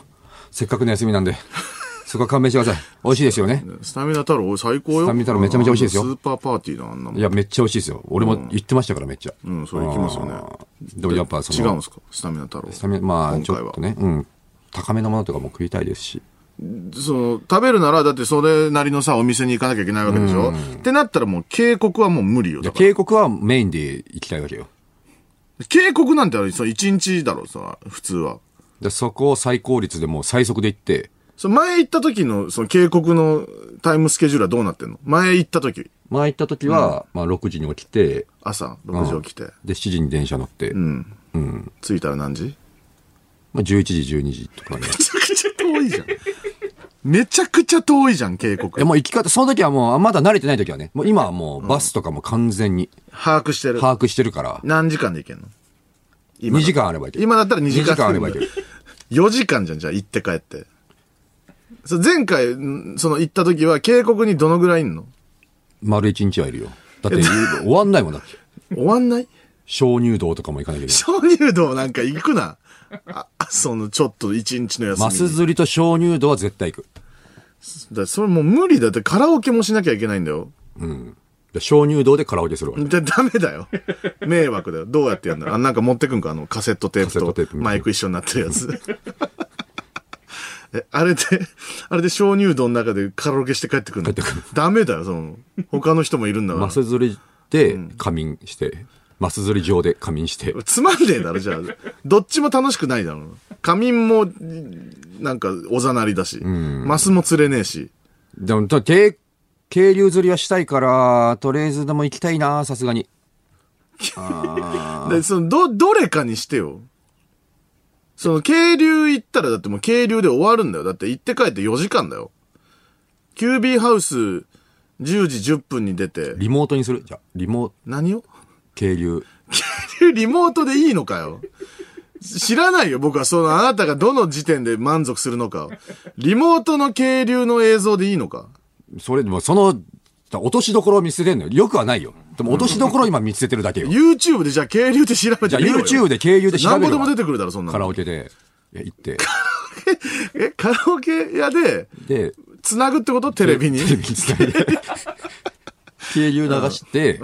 せっかくの休みな んで、そこは勘弁してください。美味しいですよね。
スタミナ太郎最高よ。
スタミナ太郎めちゃめちゃ美味しいですよ
スーパーパーティーだ、あんなもん。
いや、めっちゃ美味しいですよ。俺も言ってましたから、めっちゃ。
うん、それ行きますよね
あ。ーでもやっぱそ
違う
の、
んですか、スタミナ太郎。
スタミナ、まあ、
今
ち
回は
ょっとね、うん。高めのものとかも食いたいですし。
その、食べるなら、だってそれなりのさ、お店に行かなきゃいけないわけでしょってなったらもう、渓谷はもう無理よ。だから
渓谷はメインで行きたいわけよ。
渓谷なんてあれ、その一日だろ、その普通は。
で、そこを最高率でもう最速で行って、
その前行った時の、その渓谷のタイムスケジュールはどうなってんの前行った時、
前行った時は、まあ6時に起きて、
朝6時起きて、
で、7時に電車乗って、
着いたら何時
まあ、11時、12時とかね。
めちゃくちゃ遠いじゃん。 めちゃくちゃ遠いじゃん、渓谷。
え、もう行き方、その時はもう、あまだ慣れてない時はね、もう今はもうバスとかも完全に
把握してる。
把握してるから、
何時間で行けんの今
2
だ
時間あればいける。
今だったら2時間
二時間あればいける。
4時間じゃん、じゃあ行って帰って。そう前回、んその行った時は渓谷にどのぐらいいんの
丸1日はい るよ。だって、終わんないもんだって。
終わんない
鍾乳洞とかも行かなきゃいけない。
鍾乳洞なんか行くな。あ、そのちょっと一日の休みに。
マス釣りと鍾乳洞は絶対行く。
だからそれもう無理だってカラオケもしなきゃいけないんだよ。
で鍾乳洞でカラオケするわけ。
で、ダメだよ。 迷惑だよ。どうやってやるんだろうあ、なんか持ってくんかあの、カセットテー
カセットテー
プ
プ
と
みたいな
マイク一緒になってるやつ。 え、あれで、あれで鍾乳洞の中でカラオケして帰ってくるの
帰ってくる
ダメだよ、その、他の人もいるんだか
マ
ら。
ス釣りで仮眠して、マス釣り場で仮眠して、
つまんねえだろ、じゃあ。どっちも楽しくないだろ。仮眠も、なんか、おざなりだし。マスも釣れねえし。
でも、と渓渓流釣りはしたいから、とりあえずでも行きたいな、さすがに。
で、その、ど、どれかにしてよ。その、渓流行ったらだってもう渓流で終わるんだよ。だって行って帰って4時間だよ。キュービーハウス10時10分に出て、
リモートにするじゃあリモ、
何を
渓流。
リモートでいいのかよ。知らないよ、僕は。その、あなたがどの時点で満足するのかを。リモートの渓流の映像でいいのか。
それでも、その、落としどころを見捨ててんのよ。よくはないよ。でも、落としどころを今見捨ててるだけよ。
YouTube でじゃあ渓流で調べて
じゃあ、
みろよ。
YouTube で渓流で調
何
べ
ぼで
る
も出
わ
てくるだろ、そんな
カラ
の。
オケで、いや 行って、
え、カラオケ屋で、
で、
繋ぐってことテレビに。
テレビにつないで、渓流流して、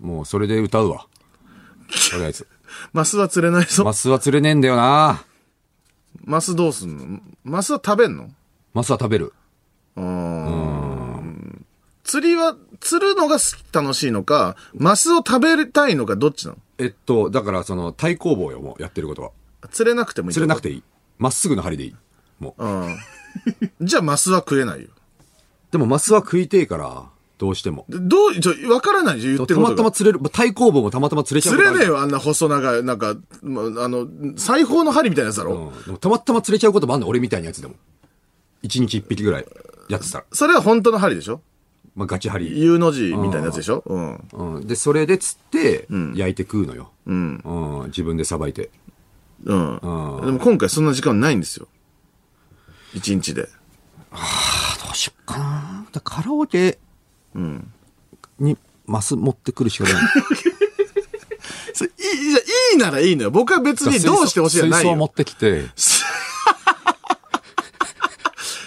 もうそれで歌うわ。とりあ えず。
マスは釣れないぞ。
マスは釣れねえんだよな。
マスどうすんのマスは食べんの
マスは食べる。
釣りは、釣るのが好き楽しいのか、マスを食べたいのかどっちなの
えっと、だからその、対抗棒よ、もう、やってることは。
釣れなくてもいい。
釣れなく
て。
ていい。まっすぐの針でいい。もう。
じゃあマスは食えないよ。
でも、マスは食いてえから、どうしても。
でどう、ちょ、わからないじゃん、言って
た
るこ
ま
と
たま
が。
釣れる、まあ対抗棒もたまたま釣れちゃう
釣
ことあ
れ
る
ねえよ、あんな細長い、なんか、まあの、裁縫の針みたいなやつだろ。
うんでもたまたま釣れちゃうこともあんの、俺みたいなやつでも。一日一匹ぐらい、やってたら。
それは本当の針でしょ
まあ、ガチ針。
?U の字みたいなやつでしょうん。
うん、で、それで釣って、焼いて食うのよ。うん。自分でさばいて。
うん。でも今回そんな時間ないんですよ。一日で。
どうしよっかな。だカラオケ、に、マス持ってくるし かない。
それいい、じゃあいいならいいのよ。僕は別にどうしてほしいじゃない
水
よ。
槽持ってきて、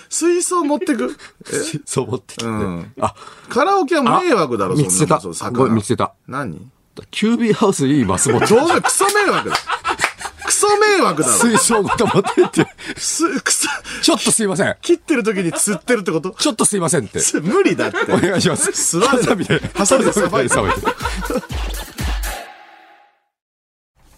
水槽持って く
水槽持ってきて。
ん
あ、
カラオケは迷惑だろ、
あ
そんな
見つけた
そう
ごめ
魚
ん見つけた
何
キュービーハウスいいマス持って
どうせクソ迷惑だ。クソ迷惑だろ。
水槽ごと持ってって、
す、クソ、
ちょっとすいません。
切ってる時に釣ってるってこと
ちょっとすいませんって。
す無理だって。
お願いします。
すらん
ハサミで、
ハサミでさばいて
ハサミで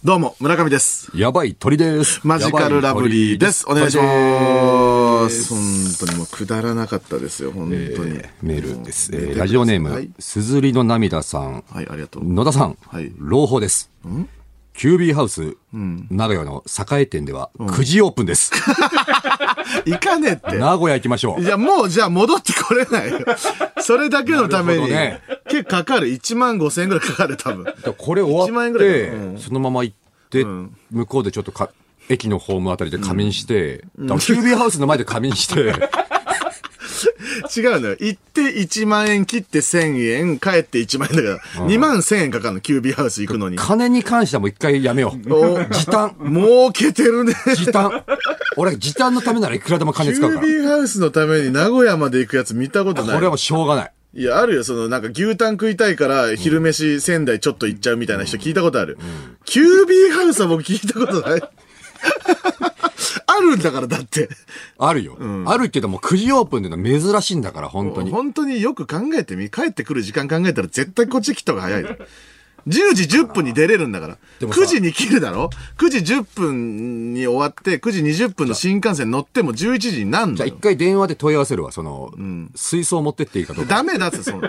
どうも、村上です。
やばい鳥です。
マジカルラブリーです。お願いします。本当にもうくだらなかったですよ、本当に。
メールです。えーラジオネー
は
ム
い、
すずりの涙さん、
はい、ありがとう。
野田さん、
はい
朗報です。キュービーハウス、名古屋の栄店では9時オープンです。
行かねえって。
名古屋行きましょう
い。や、もう、じゃあ戻ってこれないよ。それだけのために。
なる
結構かかる。1万5千円ぐらいかかる、多分。
これ終
1
わ
万
っ
円
て
ぐらいかなうん
そのまま行って、向こうでちょっとか駅のホームあたりで仮眠して、だからキュービーハウスの前で仮眠して、
違うのよ。行って1万円切って1000円、帰って1万円だから、2万1000円かかるの、キュービーハウス行くのに。
金に関してはもう一回やめよう。
お
時短。
儲けてるね。
時短。俺、時短のためならいくらでも
キ
金
ュ
使う
ー
から。こ
ビーハウスのために名古屋まで行くやつ見たことな。
れはいもうしょうがない。
いや、あるよ。その、なんか牛タン食いたいから、昼飯仙台ちょっと行っちゃうみたいな人聞いたことある。キュービーハウスは僕聞いたこと ない。あるんだから、だって。
あるよ。あるけども、9時オープンでの珍しいんだから、本当に。
本当によく考えてみ、帰ってくる時間考えたら絶対こっち来た方が早いよ。10時10分に出れるんだから。
でもさ
9時に切るだろ ?9 時10分に終わって、9時20分の新幹線乗っても11時になん
じ
だ
ゃあ
よ
一。回電話で問い合わせるわ、その、水槽持ってっていいかとか。
ダメだって、その。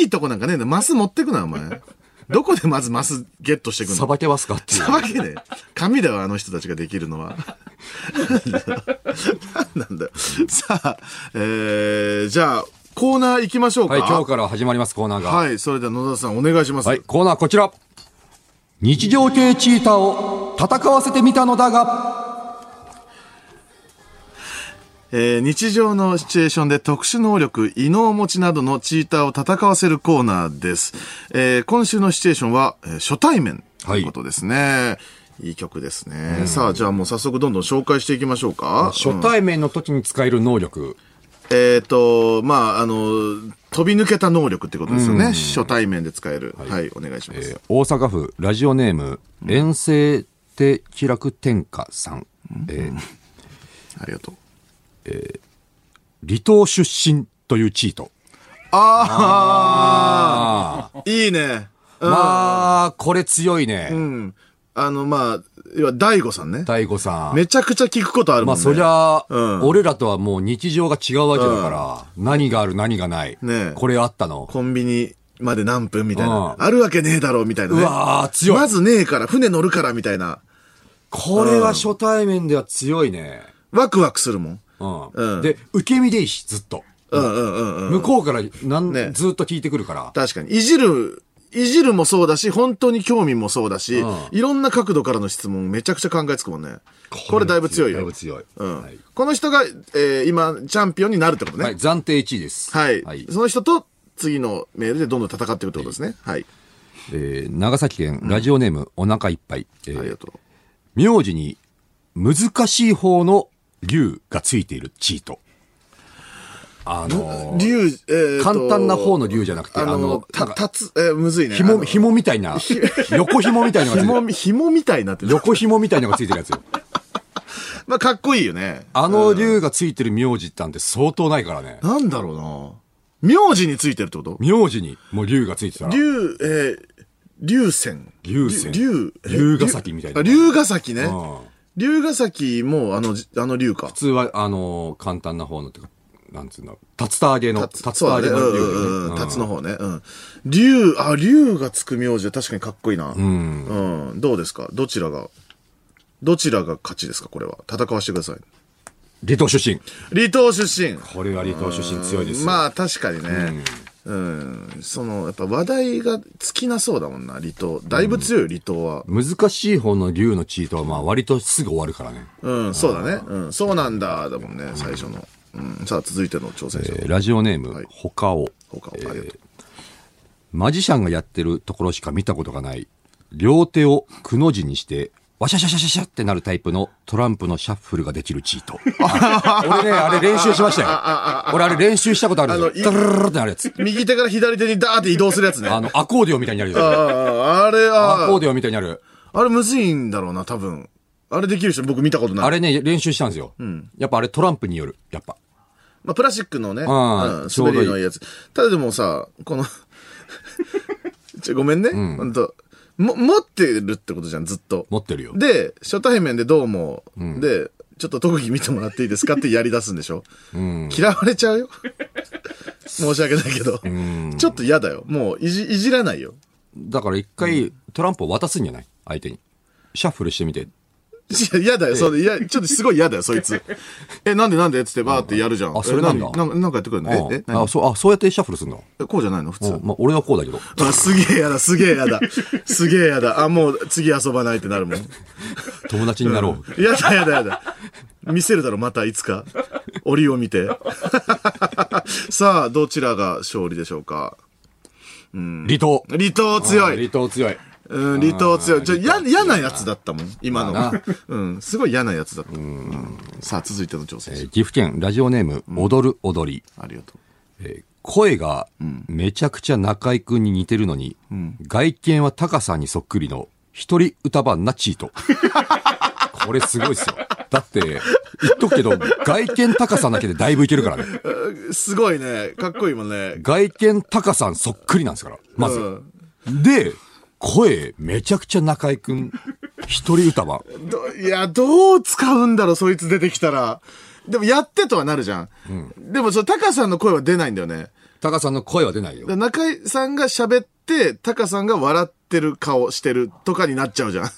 いいとこなんかねえんだ。マス持ってくな、お前。どこでまずマスゲットしてくん
さ
の
ばけますかっていう
さ。ばけねえ。神だよ、あの人たちができるの は。なんだよなんだよ。さあ、えー、じゃあ、コーナー行きましょうか。
はい、今日から始まります、コーナーが。は
はい、それでは野田さんお願いします。
い、コーナーこちら。日常系チーターを戦わせてみたのだが、
えー日常のシチュエーションで特殊能力、異能持ちなどのチーターを戦わせるコーナーです。えー今週のシチュエーションは、えー初対面ということですね。い、い曲ですね。さあ、じゃあもう早速どんどん紹介していきましょうか。
初対面の時に使える能
う
力。
えっ、と、まあ、あの、飛び抜けた能力ってことですよね。初対面で使える。はい、お願いしま
え
す。
ー大阪府ラジオネーム、遠征て気楽天下さん、えー
ありがとう。
離島出身というチート。
あ
あ
あいいね。
あ、まあ、これ強いね。
うん。あの、まあ、要は、大悟さんね。
大悟さん。
めちゃくちゃ聞くことある
ま
もん
あ
ね。
そりゃ、
うん
俺らとはもう日常が違うわけだから、何がある何がない。
ねえ
これあったの。
コンビニまで何分みたいな。
うん
あるわけねえだろ、みたいな、ね。
うわー強い
まずねえから、船乗るから、みたいな。
これは初対面では強いね。
ワクワクするもん。
うん。
うん
で、受け身でいいし、ずっと。
うんうんうんうん。
向こうからなん、
ね
ずっと聞いてくるから。
確かに。いじる、いじるもそうだし、本当に興味もそうだし、
うん
いろんな角度からの質問めちゃくちゃ考えつくもんね。これだいぶ強いよ。
だいぶ強い。
うん
はい
この人が、えー今、チャンピオンになるってことね。
はい、暫定1位です。
はい。
はい
その人と次のメールでどんどん戦っていくってことですね。はい。
えー長崎県ラジオネーム、お腹いっぱい。え
あり
ー
がとう。
名字に難しい方の竜がついているチート。あのー、
竜、えーと
簡単な方の竜じゃなくて
あの、
あの
た、
なんか
たつ、えーむずいね。あ
紐、
の
紐みたいな、横紐みたいなのがついて
紐
る。
み、紐みたいになってる。
横紐みたいなのがついてるやつよ。
ま あ、かっこいいよね。
あの竜がついてる名字なんて相当ないからね。
なんだろうな名字についてるってこと
名字にもう竜がついてたら。
竜、えー、竜仙。
竜仙
竜、え
竜ヶ崎みたいな
あ竜ヶ崎ね
うん。
竜ヶ崎も、あの、じあの竜か
普。通は、あのー簡単な方のっていうか、なんつうの、竜田揚げの、竜
つ
田
そう
揚
だね。
げ
う
の
ん
竜
う
だよ
んうん。
ね。
タツの方ね。うん。竜、あ、竜がつく名字は確かにかっこいいな。うん。どうですかどちらが、どちらが勝ちですかこれは。戦わせてください。
離島出身。
離島出身。
これは離島出身強いですよ。
まあ確かにね。うん。その、やっぱ話題が尽きなそうだもんな、離島。だいぶ強いよ、離島は。
難しい方の竜のチートはまあ割とすぐ終わるからね。
うん、そうだね。うん、そうなんだ、だもんね、最初の。うん、さあ、続いての挑戦者。
えーラジオネーム、
い
ほかお。
他を、ありがとう。
マジシャンがやってるところしか見たことがない。両手をくの字にして、わしゃしゃしゃしゃしゃってなるタイプのトランプのシャッフルができるチート。俺ね、あれ練習しましたよ。俺あれ練習したことあるんですよ。
あの
ダ
い
ララララってなるやつ。
右手から左手にダーって移動するやつね。
あ
あ
の、アコーディオンみたいになるやつ。
ああれ
アコー
は、
ディオンみたいになる。
あれむずいんだろうな、多分。あれできる人僕見たことない。
あれね、練習したんですよ。やっぱあれトランプによる。やっぱ。
まあ、プラスチックのね、うん、
ああちょ
滑
うどいい
りのいいやつ。ただでもさ、こ の、ちょ、ごめんね。ほんと。も、持ってるってことじゃん、ずっと。
持ってるよ。
で、初対面でどうも、で、ちょっと特技見てもらっていいですかってやり出すんでしょ、嫌われちゃ うよ。申し訳ないけど。ちょっと嫌だよ。もういじ、いじらないよ。
だから一回トランプを渡すんじゃない相手に。シャッフルしてみて。
いや嫌だよ。それ、いや、ちょっとすごい嫌だよ、そい つ。え、なんでなんでっつってバーってやるじゃん。
あそれなんだ
えなんなんかやってくるのえ
う、ん
え、何
あそうあ、そうやってシャッフルするんだ。
えこうじゃないの普通。
うんまあ、俺はこうだけど。
あ、すげえやだ、すげえやだ。すげえやだ。あ、もう次遊ばないってなるもん。
友達になろう。
やだやだやだ。見せるだろ、またいつか。折を見て。 さあ、どちらが勝利でしょうか。
離島。
離島強い。
離島強い。
うん、離島強い。ちょ、
離
や、嫌なやつだったもん、今
ま
の
あな。
うん、すごい嫌なやつだった。うんさあ、続いての挑戦
えー
者。
岐阜県ラジオネーム、踊る踊り。
ありがとう。
えー声がめちゃくちゃ中居君に似てるのに、外見は高さんにそっくりの一人歌番なチー ト。これすごいっすよ。だって、言っとくけど、外見高さんだけでだいぶいけるからね。
すごいね。かっこいいもんね。
外見高さんそっくりなんですから、ま
う
ず。
ん
で、声めちゃくちゃ中居君、一人歌番。
どいや、どう使うんだろう、そいつ出てきたら。でも、やってとはなるじゃん。でも、その、タカさんの声は出ないんだよね。
高さんの声は出ないよ。
だから中井さんが喋って、タカさんが笑ってる顔してるとかになっちゃう じゃん。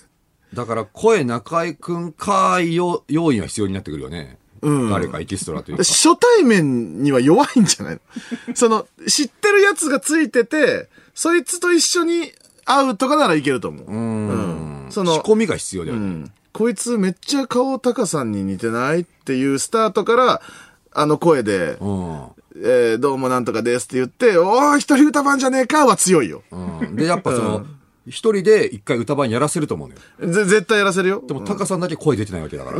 だから声中居くんかーいよ要因は必要になってくるよね。誰かエキストラというか。
初対面には弱いんじゃない のその、知ってるやつがついてて、そいつと一緒に会うとかならいけると思う。うんそ
仕
の、
込みが必要だよね。
うんこいつめっちゃ顔タカさんに似てないっていうスタートから、あの声で、
う
えーどうもなんとかですって言って、おー、一人歌番じゃねえかは強いよ。
ん。で、やっぱその、一人で一回歌番やらせると思うのよ。
ぜ絶対やらせるよ。
でも、タカさんだけ声出てないわけだから、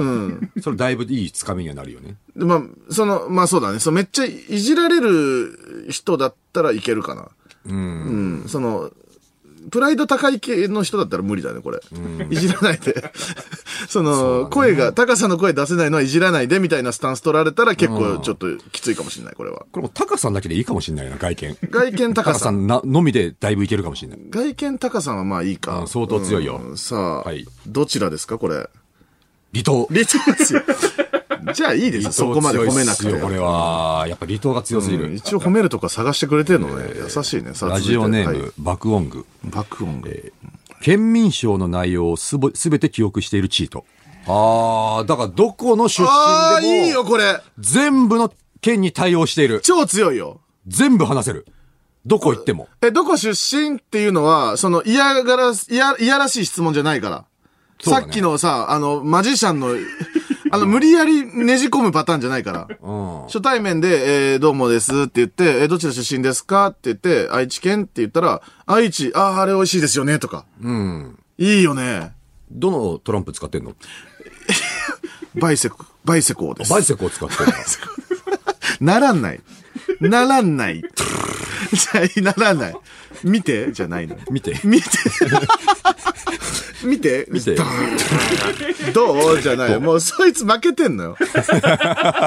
それだいぶいいつかみにはなるよね。
でまあ、その、まあそうだね。そうめっちゃいじられる人だったらいけるかな。うん。その、プライド高い系の人だったら無理だね、これ。いじらない で。その、声が、高さの声出せないのはいじらないでみたいなスタンス取られたら結構ちょっときついかもしれない、これは。
これもうタカさんだけでいいかもしれないな、外見。
外見
タ
高
カ
さ
さ
ん。
んなのみでだいぶいけるかもしれない。
外見高さんはまあいいか
あ。相当強いよ
うんさあ、
はい
どちらですか、これ。
離島。
リトですよ。じゃあいいですよ、そこまで褒めなく
離島強いっすよこれ
て。
は、やっぱ離島が強すぎ
うん
る。
一応褒めるとこ探してくれてるのね。優しいね。さあ
ラジオネー。
続いては
ム、
い
爆音具。
爆音が。
県民賞の内容をすぼすべて記憶しているチート。あー、だからどこの出
あ
身
あ、いい
で
よ、
も、
これ。
全部の県に対応している。
超強いよ。
全部話せる。どこ行っても。
え、どこ出身っていうのは、その、嫌がら、嫌、嫌らしい質問じゃないから。
そうだ
さ
ね
っきのさ、あの、マジシャンの、 あの、無理やりねじ込むパターンじゃないから。
うん。
初対面で、えー、どうもですって言って、えー、どちら出身ですかって言って、愛知県って言ったら、愛知、ああ、あれ美味しいですよね、とか。
うん。
いいよね。
どのトランプ使ってんの
バイセコ、バイセコーです。
バイセコを使って るの。
ならない。ならない。 じゃならない。見てじゃないの。
見て。
見て。見て。
見て
ドーンどうじゃないよ。もうそいつ負けてんのよ。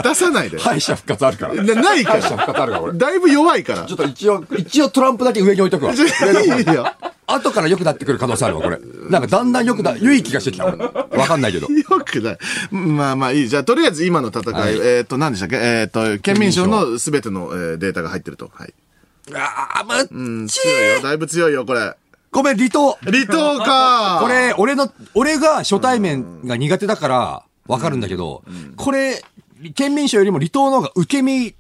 出さないで。
敗者復活あるから。
なないか
敗者復
ら。
活あるから、俺。ち
だいぶ弱いから
ょ。っと一応、一応トランプだけ上に置いとくわ。
いいよ。
後から良くなってくる可能性あるわ、これ。なんかだんだん良くな、良い気がしてきた。俺わかんないけど。
よくない。まあまあいい。じゃあ、とりあえず今の戦い、
はい
えっ、と、何でしたっけえっ、と、県民賞のすべての、えーデータが入ってると。はい。
ああ、むっち
強いよ。だいぶ強いよ、これ。
ごめん、離島。
離島か
これ、俺の、俺が初対面が苦手だから、わかるんだけど、これ、県民賞よりも離島の方が受け身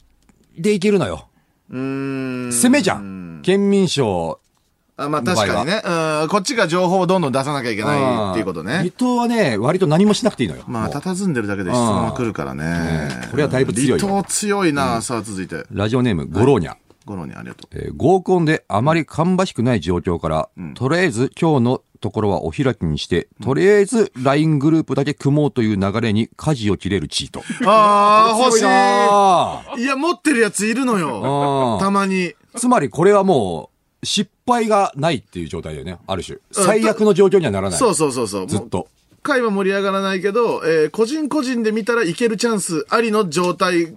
でいけるのよ。
うーん。
攻めじゃん。県民賞。
あまあ確かにね。うん。こっちが情報をどんどん出さなきゃいけないっていうこと
離
ね。
島はね、割と何もしなくていいのよ。
まあ、
もう
佇んでるだけで質問が来るからね
うん。これはだいぶ強いよ
離島強いな。さあ、続いて。
ラジオネーム、ゴローニャ。
ゴロにありがとう。
えー合コンであまり芳しくない状況から、とりあえず今日のところはお開きにして、とりあえず LINE グループだけ組もうという流れに舵を切れるチート。
ああ、欲し。
強ない
いや、持ってるやついるのよ
あ。ー
たまに。
つまりこれはもう、失敗がないっていう状態だよね。ある種。最悪の状況にはならない。
そうそうそうそう。
ずっと。
会は盛り上がらないけど、えー個人個人で見たらいけるチャンスありの状態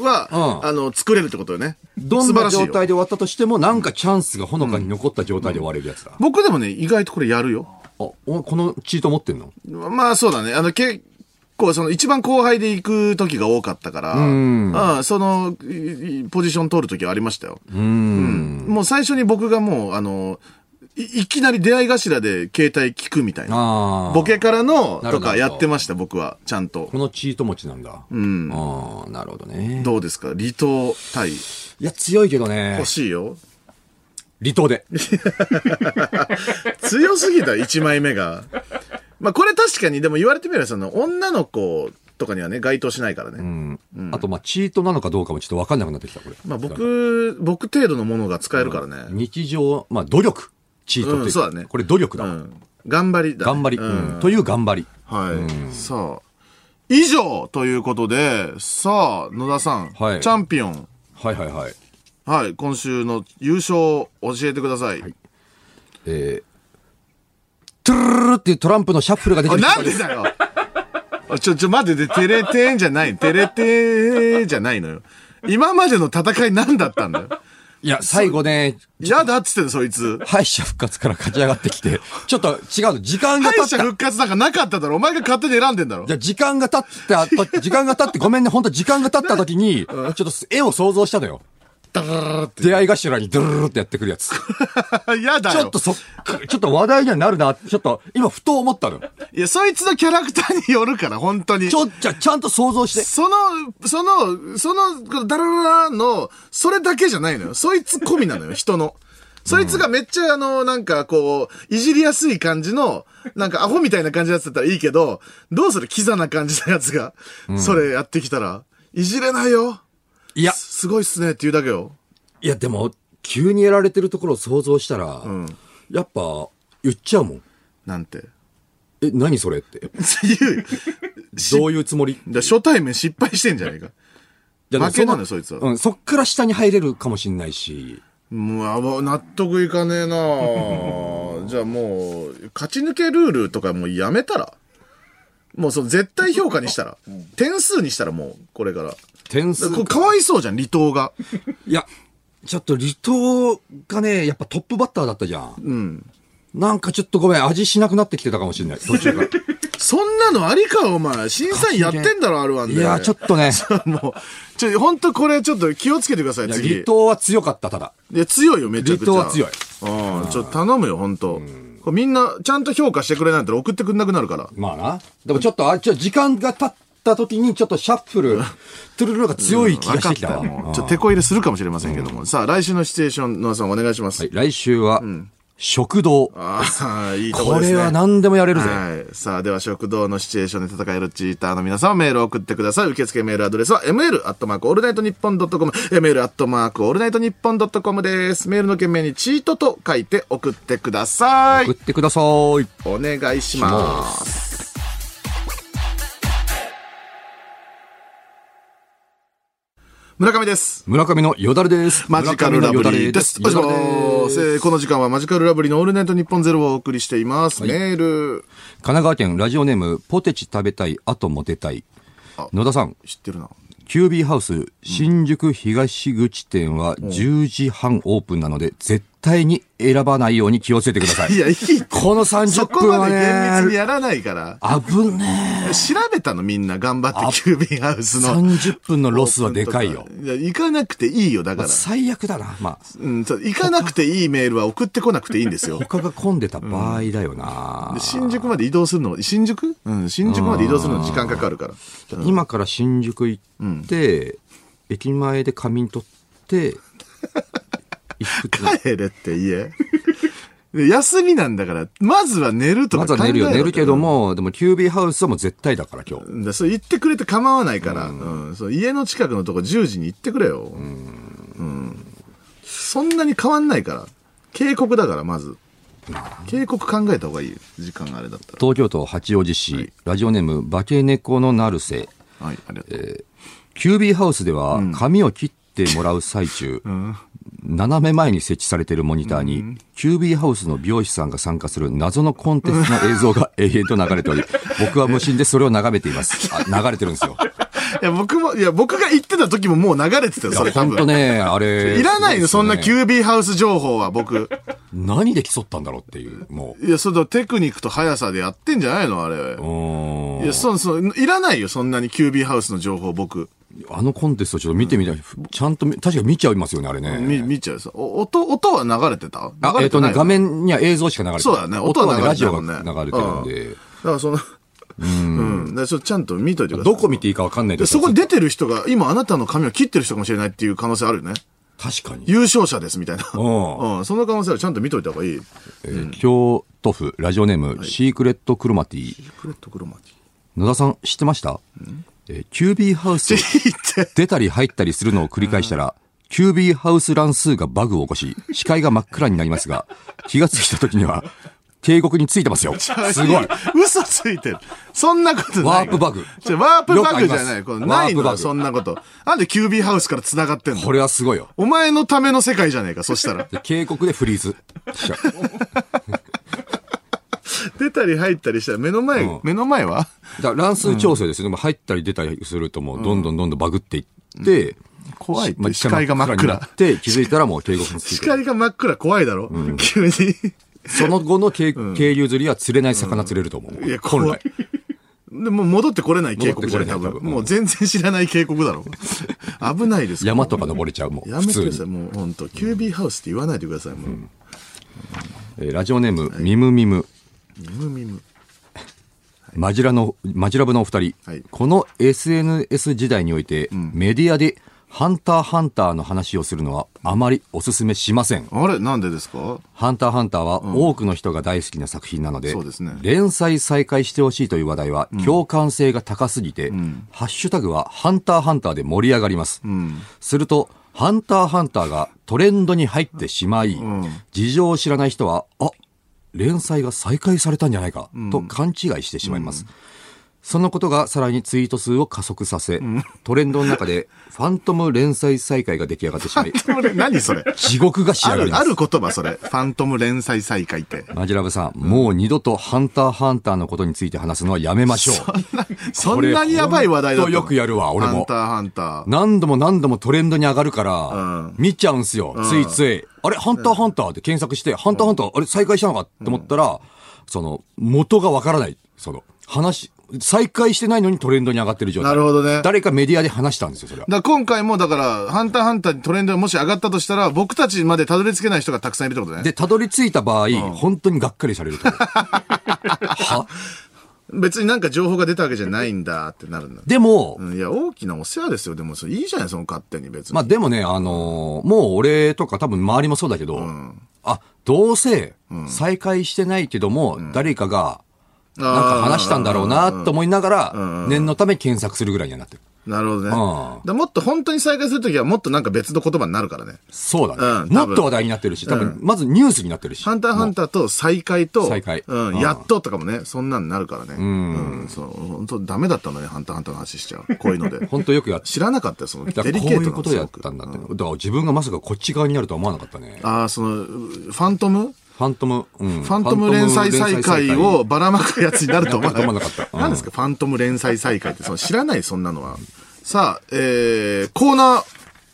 は、
うん
あの、作れるってことよね。
どん
素晴
な
らしい
状
よ
態で終わったとしても、なんかチャンスがほのかに残った状態で終われるやつだ。
僕でもね、意外とこれやるよ。
あ、お前このチート持ってんの
まあそうだね。あの、結構その一番後輩で行く時が多かったから、
ん
ああその、いいポジション取る時はありましたよ。うんもう最初に僕がもう、あの、いいきなり出会い頭で携帯聞くみたいな。
ああ。
ボケからの
なる
と
ほど
かやってました、僕は。ちゃんと
こ。のチート持ちなんだ。うん。ああ、なるほどね。
どうですか離島対。
いや、強いけどね
欲。しいよ。
離島で。
強すぎた、1枚目が。まあ、これ確かに、でも言われてみれば、その、女の子とかにはね、該当しないからね。
あと、まあ、チートなのかどうかもちょっとわかんなくなってきた、これ。
まあ、僕、僕程度のものが使えるからね。
日常、まあ、努力。チートっていうか、
うんそうだね
これ努力だ、
うん。頑張りだね、
頑張
う
り、うん
ん。
という頑張り。
はい、さあ。以上ということで、さあ、野田さん、
はい
チャンピオン。
はいはいはい。
はい、今週の優勝を教えてください。
えー、トゥルルルっていうトランプのシャッフルが出て
あ
きた。
なんでだよあちょ、ちょ、待ってて、テレテンじゃない、テレテーじゃないのよ。今までの戦い何だったんだよ。
いや、最後ね、
嫌だっつってんの、そいつ。
敗者復活から勝ち上がってきて、ちょっと違うの、時間が経
敗
った。
者復活なんかなかっただろ。お前が勝手に選んでんだろ
じ。ゃあ時間が経った後、時間が経って、ごめんね、本当時間が経った時に、ちょっと絵を想像したのよ。 出会い頭にドゥルルルってやってくるやつ。
嫌だ
ち
よ。
ょっとそっか、ちょっと話題にはなるな、ちょっと、今ふと思ったの。
いや、そいつのキャラクターによるから、本当に。
ちょ、じゃあちゃんと想像して。
その、その、その、このダラララの、それだけじゃないのよ。そいつ込みなのよ、人の。そいつがめっちゃあの、なんかこう、いじりやすい感じの、なんかアホみたいな感じのやつだったらいいけど、どうするキザな感じのやつが、それやってきたら、いじれないよ。
いや、
すごいっすねって言うだけよ。
いやでも、急にやられてるところを想像したら、やっぱ、言っちゃうもん。
なんて。
え、何それって。
言うよし
どういうつもり
だ初対面失敗してんじゃねえか。
じゃあ
負けなの
の
そいつは
うん、そっから下に入れるかもしんないし。
もうあもう、納得いかねえな あじゃあもう、勝ち抜けルールとかもうやめたら。もうその絶対評価にしたら。点数にしたらもう、これから。
点
だか
数
らこれかわいそうじゃん、離島が。
いや、ちょっと離島がね、やっぱトップバッターだったじゃん。なんかちょっとごめん、味しなくなってきてたかもしれない、途 中から。
そんなのありか、お前。審査員やってんだろ、あるわんで。
いや、ちょっ とね、
と。もう、ちょ、ほんとこれちょっと気をつけてください、
いや
次。
離島は強かった、ただ。
いや、強いよ、めちゃくちゃ。
離島は強い
うん、ちょっと頼むよ、ほんと。これみんな、ちゃんと評価してくれないと送ってくんなくなるから。
まあな。でもちょっと、あ、ちょ、時間が経った時に、ちょっとシャッ フル、トゥルルルが強い気がしてきたわ。
分かっ
う
も
ん
うちょっと手こ入れするかもしれませんけども。さあ、来週のシチュエーション、野田さんお願いします。
はい、来週は、食堂。
ああ、いいとこ
こ
です
れ
ね。
は何でもやれるぜ。
はい。さあ、では食堂のシチュエーションで戦えるチーターの皆さんメールを送ってください。受付メールアドレスは ml アットマークオールナイトニッポンドットコム、ml アットマークオールナイトニッポンドットコムです。メールの件名にチートと書いて送ってください
送っ。てください。
お願いします。村上です。
村上のよだれです。
マジカルラブリーです。お
村
願い
上の
し
よだれ
ま
ですす。
えーこの時間はマジカルラブリーのオールナイトニッポンゼロをお送りしています。メール、
神奈川県ラジオネーム、ポテチ食べたい、後も出たい
あ。
野田さん、
知ってるな。
キュービーハウス新宿東口店は10時半オープンなので、絶対に選ばないように気をつけてください。
いや、いい。
この30
そこ
分
ま
は
で厳密に
ね、
やらないから。
危ね
調べたのみんな頑張ってキュービンハウス
え。
の。
30分のロスはでかいよ。
いや、行かなくていいよ、だから。
最悪だな。まあ、
うん、そう行かなくていいメールは送ってこなくていいん ですよ。
他が混んでた場合だよな
で。新宿まで移動するの、新宿うん、新宿まで移動するの時間かかるから。
今から新宿行って、駅前で仮眠取って、行 くってのは
帰れって言え。で休みなんだから、まずは寝ると
ま
か
ず
考え
は
ろ
寝るよ、寝るけど
も
も、でもキュービーハウスはもう絶対だから今日。
だそう言ってくれて構わないから、うんそう家の近くのとこ10時に行ってくれよ、うんそんなに変わんないから警告だからまず警告考えた方がいいよ時間があれだった
東京都八王子市、ラジオネーム、化け猫のなるせ。
らはいありがとう、
キュービーハウスでは、髪を切ってもらう最中、斜め前に設置されているモニターに、キュービーハウスの美容師さんが参加する謎のコンテンツの映像が永遠と流れており、僕は無心でそれを眺めています。あ流れてるんですよ。
いや僕もいや僕が行ってた時ももう流れてたよそれ多
本当
分
ね、あれ。
いらないよ、そんな
急
QB ハウス情報は、僕。
何で競ったんだろうっていう、も
いや、そのテクニックと速さでやってんじゃないのあれ
う。。うーん
いや、そうそう、いらないよ、そんなに QB ハウスの情報、僕。
あのコンテストちょっと見てみたい。ちゃんと見、確かに見ちゃいますよね、あれね。
み見ちゃうさ。お音、音は流れてた
あ
流
え
れ
っと
てない
ね、
よ
画面には映像しか流れて
そ
ない。
うだね音は
音は
流
ね、
れ
ラ
て
ジ
ない
オ
もんね
が流れてるんで。
だからその、うん。だからそれちゃんと見といてください。
どこ見ていいかわかんない
で
と
そこに出てる人が、今あなたの髪を切ってる人かもしれないっていう可能性あるよね。
確かに。
優勝者ですみたいな。
うん
うん。その可能性ある。ちゃんと見といた方がいい。
えー京都府ラジオネーム、シークレットクロマティ。
クレットクロマテ
野田さん、知ってましたえーキュービーハウ ス、
ィ。 いいって。
出たり入ったりするのを繰り返したら、キュービーハウス乱数がバグを起こし、視界が真っ暗になりますが、気がついた時には、渓谷についてますよ。すごい。。
嘘ついてる。そんなことない。
ワープバグ
ちょワープバグじゃ
よくあ
ない。
ります
このないの
ワープバ
よ、
グ
そんなこと。なんで QB ハウスから繋がってんの
これはすごいよ。
お前のための世界じゃねえか、そした ら。
で渓谷でフリーズ。
出たり入ったりしたら目の前、
うん
目の前は
だから乱数調整ですよ、ねもう入ったり出たりするともうどんどんどんどんバグっていって、
怖いって
まあ
視界が真っ暗
になって気づいたらもう渓谷につい
視
てる
界が真っ暗怖いだろ、急に。
その後の渓渓流釣りは釣れない魚釣れると思う、
いや、
本
怖
来
い。でもう戻ってこれない警告じゃない、多
戻って
分。
これない多分
もう全然知らない警告だろ。危ないです
山とか登れちゃうもう
やめ
普
て
通
く
に
ださい、もう本当。キュービーハウスって言わないでください、もう。
えーラジオネーム、ミムミム
ミムミム。
マジラの、マジラブのお二人。
はい
この SNS 時代において、メディアでハンターハンターの話をするのはあまりお勧めしません。
あれなんでですか
ハンターハンターは多くの人が大好きな作品なので、
そうですね
連載再開してほしいという話題は共感性が高すぎて、ハッシュタグはハンターハンターで盛り上がります。すると、ハンターハンターがトレンドに入ってしまい、事情を知らない人は、あ、連載が再開されたんじゃないかと勘違いしてしまいます。そのことがさらにツイート数を加速させ、トレンドの中でファントム連載再開が出来上 がってしまい、
それ何それ
地獄が仕
あ
上が
る、
りま
あ
す
る。言葉それ。ファントム連載再開って。
マジラブさん、もう二度とハンターハンターのことについて話すのはやめましょう。
そんなにやばい話題だった
これほんとよくやるわ俺も
ハンターハンター。
何度も何度もトレンドに上がるから、
ん
見ちゃうんすよ、ついつい。あれ、ハンターハンターって検索して、ハンターハンター、あれ、再開したのかって思ったら、その、元がわからない。その、話、再開してないのにトレンドに上がってる状態。
なるほどね
誰かメディアで話したんですよ、それは。
だから今回もだから、ハンターハンターにトレンドがもし上がったとしたら、僕たちまでたどり着けない人がたくさんいるってことね。
で、たどり着いた場合、本当にがっかりされると思うは
別になんか情報が出たわけじゃないんだってなるんだ。
でも、
うんいや、大きなお世話ですよ。でも、それいいじゃない、その勝手に別に。
まあでもね、あのーもう俺とか多分周りもそうだけど、あ、どうせ再開してないけども、誰かが、なんか話したんだろうなと思いながら、念のため検索するぐらいにはなってる。
なるほどね。だ
ん
からもっと本当に再開するときは、もっとなんか別の言葉になるからね。
そうだ
う
ね。
ん多分
もっと話題になってるし、多分、まずニュースになってるし。
ハンターハンターと再開と、
再開
う
うん
ん、やっととかもね、そんなんなるからね。うん。そう、本当ダメだったのね、ハンターハンターの話しち ゃう。こういうので。
本当よくやっ
知らなかったよ、その、
だか
デ
ら
リ
こう
ケー
い
トな
うこ
の
と
す
や
ご
っ
く
たんだって。だから自分がまさかこっち側になるとは思わなかったね。
ああ、その、ファントム
ファントム、うん
ファントム連載再開。を ばらまくやつになると思わな
なんか
か
止まんなか
っ。
ったた
何ですか、ファントム連載再開って、その知らない、そんなのは。さあ、えー、コーナー、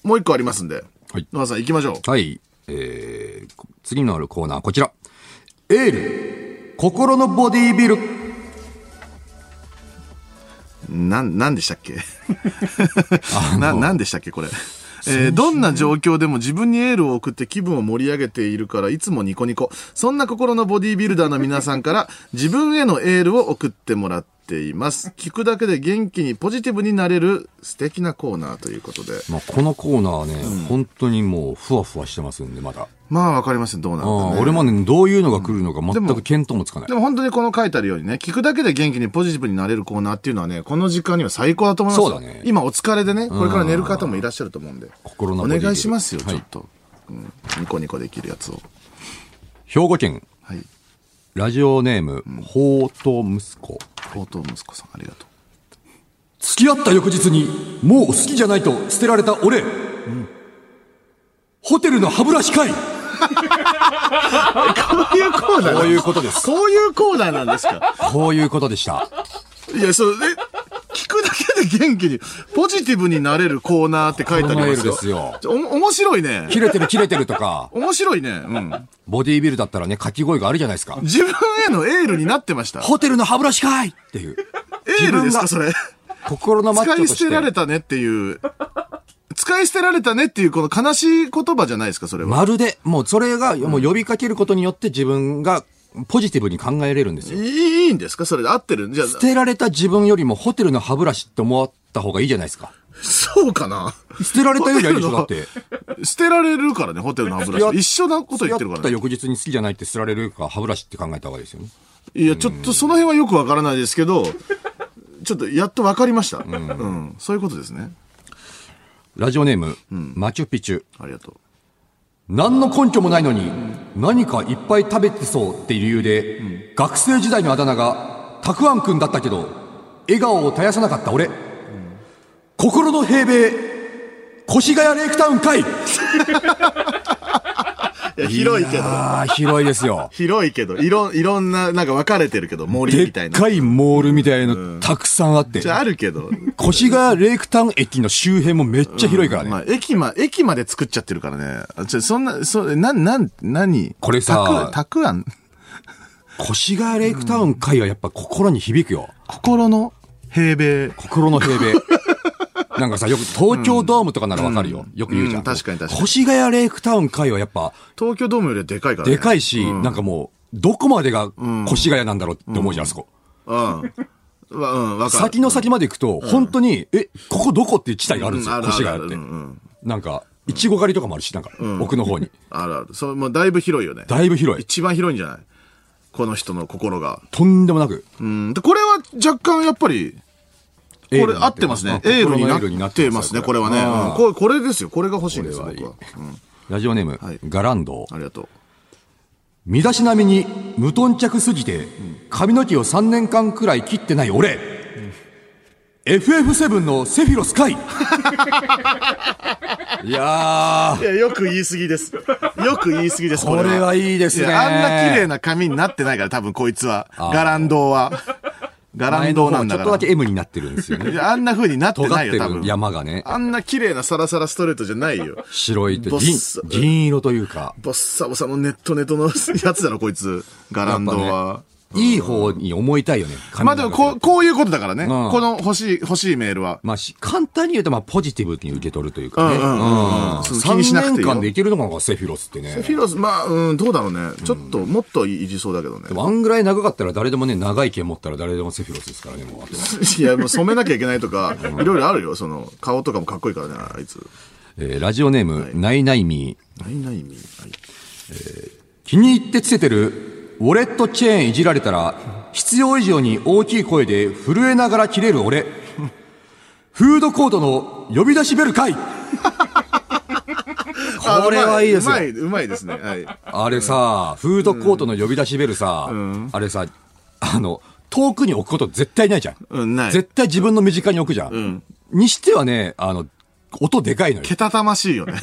もう一個ありますんで。
はい
野田さん、行きましょう。
はい。えー、こ次のコーナー、こちら。エール、心のボディービル。
なん、なんでしたっけ な、なんでしたっけこれ。えーどんな状況でも自分にエールを送って気分を盛り上げているからいつもニコニコ。そんな心のボディービルダーの皆さんから自分へのエールを送ってもらっています。聞くだけで元気にポジティブになれる素敵なコーナーということで。
まあ、このコーナーはね、本当にもう、ふわふわしてますんで、まだ。
まあわかりません、どうなる
あ
かね。
ー俺もね、どういうのが来るのか全く見当もつかない
で。も本当にこの書いてあるようにね、聞くだけで元気にポジティブになれるコーナーっていうのはね、この時間には最高だと思いますよ
そうだね
今お疲れでね、これから寝る方もいらっしゃると思うんで。
心の
お
ボディ
願
ビ
い
ル
しますよ、
は
ち
い
ょっと。うん。ニコニコできるやつを。
兵庫県、
はい。
ラジオネーム、ほうと息子。
高等息子さん、ありがと
付き合った翌日に、もう好きじゃないと捨てられた俺。ホテルの歯ブラシ会
う。こういうコーナー
こういうことです。
こういうコーナーなんですか
こういうことでした。
いや、そう、え、聞くだけで元気に、ポジティブになれるコーナーって書いてありますよ。
このメールですよ
ちょお面白いね。
切れてる切れてるとか、
面白いね。うん。
ボディービルだったらね、書き声があるじゃないですか。
自分へのエールになってました。
ホテルの歯ブラシかいっていう。
エールですか、そ
自分が
れ。
心のマッチョ
使
と
い
し
捨
て。
てられたねって いう、使い捨てられたねっていうこの悲しい言葉じゃないですか、それは。
まるで、もうそれが、もう呼びかけることによって自分がポジティブに考えれるんです
い
よ。
いいいんですかそれで合ってるじゃあ、
捨てられた自分よりもホテルの歯ブラシって思った方がいいじゃないですか。
そうかな
捨てられたよりはいいでしょ、だって。
捨てられるからね、ホテルの歯ブラシ。一緒なこと言ってるから
付き合
ね。
った翌日に好きじゃないって捨てられるか、歯ブラシって考えた方がいいですよね。
いや、ちょっとその辺はよくわからないですけ ど、ちょっとやっとわかりました。うん、そういうことですね。
ラジオネーム、マチュピチュ。
ありがとう。
何の根拠もないのに、何かいっぱい食べてそうっていう理由で、学生時代のあだ名が、たくあんくんだったけど、笑顔を絶やさなかった俺。心の平米、越谷レイクタウンかい
いや、広いけど。。
ああ、広いですよ
広いけど、いろん、いろんな、なんか分かれてるけど、森
で
みた
っ
いな。
かいモールみたいのたくさんあって、
じゃああるけど。
越谷レイクタウン駅の周辺もめっちゃ広いからね。
まあ、駅ま、駅まで作っちゃってるからね。あちょ、そんな、そ、な、なん、何
これさ
たく、たくあん、
越谷レイクタウン会はやっぱ心に響くよ。
心の平米。
心の 平米。なんかさ、よく東京ドームとかならわかるよ。よく言うじゃん。
うん確かに確かに
越谷レイクタウン会はやっぱ、
東京ドームよりでかいからね。
でかいし、なんかもう、どこまでが越谷なんだろうって思うじゃん、あそこ。
うん。わ、うん、わかる。
先の先まで行くと、本当に、え、ここどこっていう地帯があるんです
う
よ、
んあるあ
越
る
谷って
うんうん。
なんか、いちご狩りとかもあるし、なんか、奥の方に。
あるある。それもうだいぶ広いよね。
だいぶ広い。
一番広いんじゃないこの人の心が。
とんでもなく。
うん。で、これは若干やっぱり、こ
エール
れ合
にな
ってますね。
うん
エールに
心の
なってますね、これはね。うんこれ、これですよ。これが欲しいんです、
これはいい
僕は。うん。
ラジオネーム
はい、
ガランド。
ありがとう。
身だしなみに無頓着すぎて髪の毛を3年間くらい切ってない俺、FF7 のセフィロス かいいやー
いや、よく言い過ぎです。よく言い過ぎです、
これはいいですね
いやあんな綺麗な髪になってないから、多分こいつは。ガランドは。ガラ
前
ン
の
ド
方
な
は
ん
ちょ
だ
っ
か
とだけ
ら。
M になってるんですよ
い
ね
やあんな風になって
尖っ
ない
て
よ、多
る
分。
山がね
あんな綺麗なサラサラストレートじゃないよ。
白いって
ボッ
銀
サ
銀色というか
ボッサボサのネットネトのやつだろ、こいつ。ガランドは。
いい方に思いたいよね髪
ま
の
あで
中
も、こう、こういうことだからね。
ん
この欲しい、欲しいメールは。
まあし簡単に言うとまあポジティブに受け取るというかね
うんうんうんうん
うん
その気にしなくていい
3年
よ
間でいけるのかなセフィロスってね
フィロス、まあ、うん、どうだろうね。ちょっと、もっといじそうだけどね
で。もあんぐらい長かったら誰でもね、長い毛持ったら誰でもセフィロスですからね、もうあとは。
いや、もう染めなきゃいけないとか、いろいろあるよ。その、顔とかもかっこいいからね、あいつ。
えーラジオネーム、ナイナイミー。
ないないみ。はい
気に入ってつけてる、ウォレットチェーンいじられたら、必要以上に大きい声で震えながら切れる俺。 フードコートの呼び出しベル かいこれはいいですよ
あ。うまい、うまいですね。はい。
あれさ、フードコートの呼び出しベルさ、あれさ、あの、遠くに置くこと絶対ないじゃん。
うんない
絶対自分の身近に置くじゃん。にしてはね、あの、音でかいのよ。
けたたましいよね。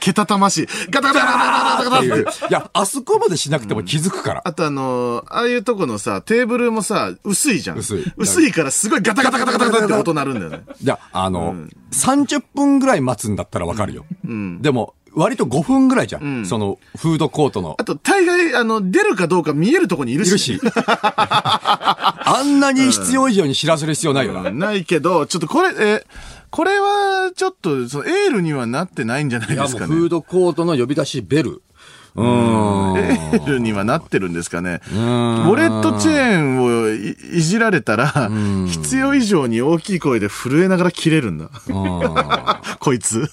けたたましい。ガタガタガタガタガタガタ
い
って。
や、あそこまでしなくても気づくから。
あとあのーああいうとこのさ、テーブルもさ、薄いじゃん。
薄い
からすごいガタガタガタガタガタって音鳴るんだよね。
じゃあ、あの、30分ぐらい待つんだったらわかるよ。でも、割と5分ぐらいじゃん。その、フードコートの
あ。と、大概、あの、出るかどうか見えるとこにいる
い
し。
るし。あんなに必要以上に知らせる必要ないよ
う
な。
んないけど、ちょっとこれ、え、これは、ちょっと、その、エールにはなってないんじゃない
いや、
で
もう
すか
フー
ね。
ドコートの呼び出しベル。うーん。
エールにはなってるんですかね。ウォレットチェーンをいいじられたら、必要以上に大きい声で震えながら切れるんだ。 こいつ。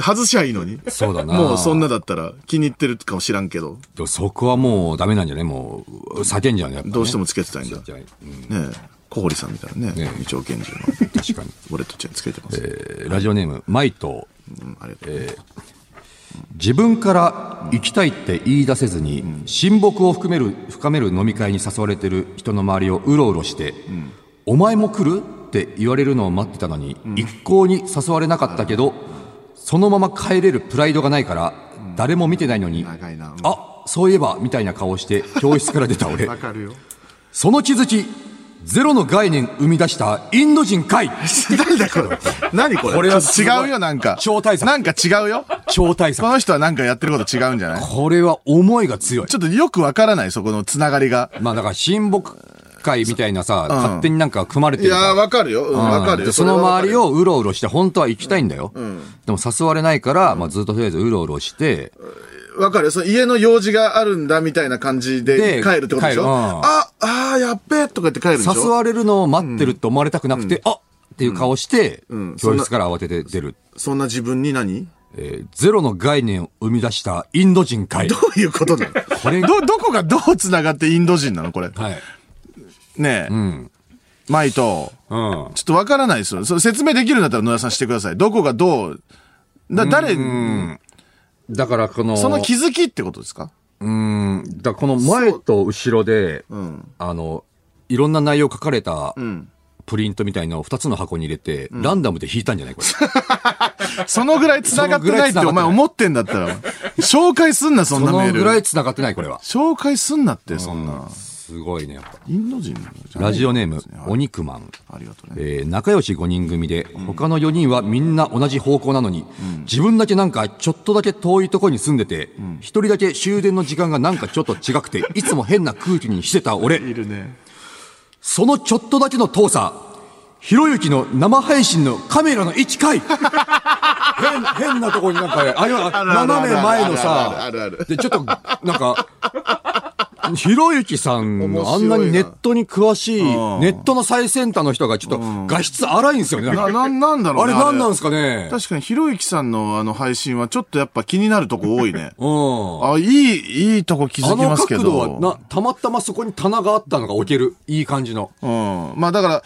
外しゃいいのに。
そうだな
もうそんなだったら気に入ってるかもしらんけど、
でもそこはもうダメなんじゃねもう、叫んじゃうね。やっぱね
どうしてもつけてたいんだ。
じゃあうん
ねえ、小堀さんみたいなね
ね、え
二丁拳銃の
確かに。
ウォレットチェーンつけてます。
えーラジオネーム、マイト。
うん、ありがとう。
自分から行きたいって言い出せずに、親睦を含める、深める飲み会に誘われてる人の周りをうろうろして、お前も来るって言われるのを待ってたのに、一向に誘われなかったけど、そのまま帰れるプライドがないから、誰も見てないのに、
長いなうん
あ、そういえば、みたいな顔して、教室から出 た俺。
わかるよ。
その気づき、ゼロの概念生み出したインド人かい
何だこれ何これ
これはす
違
ごいう
よ、なんか。
超大作
なんか違うよ。
超大
こ
作。
の人はなんかやってること違うんじゃない
これは思いが強い
ち。ょっとよくわからない、そこのつながりが。
まあだから親睦会みたいなさ、勝手になんか組まれて
い
る
やー、
か
わかるよ。うん
ら。
わかる
で
よ。
その周り
を。
をうろうろして、本当は行きたいんだよ。でも誘われないから、まあずっととりあえずうろうろして、
わかるよ。その家の用事があるんだ、みたいな感じで
で
帰るってことでしょ
帰るうん
あ、あー、やっべえとか言って帰るでしょ
誘われるのを待ってるって思われたくなくて、あっていう顔して、
ん
教室から慌てて出る。
そんな自分に何
えーゼロの概念を生み出したインド人会。
どういうことなの
こ れ
ど、どこがどう繋がってインド人なのこれ。
はい。
ねえ。
うん。
マイト。
うん。
ちょっとわからないですよ。それ説明できるんだったら野田さんしてください。どこがどう、だ、誰、
だからこの、
その気づきってことですか
うん、だからこの前と後ろで、あの、いろんな内容書かれた、プリントみたいのを2つの箱に入れて、ランダムで引いたんじゃない これ。
そのぐらい繋がってないって
そのぐらい繋がってない
お前思ってんだったら、紹介すんな、そん
そ
なメ
の
ー
ぐらい
ル。
繋がってない、これは。
紹介すんなって、そんな。
すごいね、やっぱ。
インド人じゃない
ラジオネーム、お
はい
肉マン。
ありがとうね。
えー仲良し5人組で、他の4人はみんな同じ方向なのに、自分だけなんかちょっとだけ遠いところに住んでて、一人だけ終電の時間がなんかちょっと違くて、いつも変な空気にしてた俺。
いるね。
そのちょっとだけの遠さ、ひろゆきの生配信のカメラの位 置かい変、変なとこになんかね、あれは
るある
斜め前のさ
あるあるあるあるあ、
で、ちょっと、なんか、ひろゆきさんのあんなにネットに詳しい、ネットの最先端の人がちょっと画質荒いんですよね。
な、
なん
な、
か
なんだろう
あれ
ね。
何なんですかね
確かに、ひろゆきさんのあの配信はちょっとやっぱ気になるとこ多いね。
うん。
あ、いい、いいとこ気づ
あ
き
の
ますけ
角
ど。
度はな、たまたまそこに棚があったのが置ける。いい感じの。
うん。まあだから、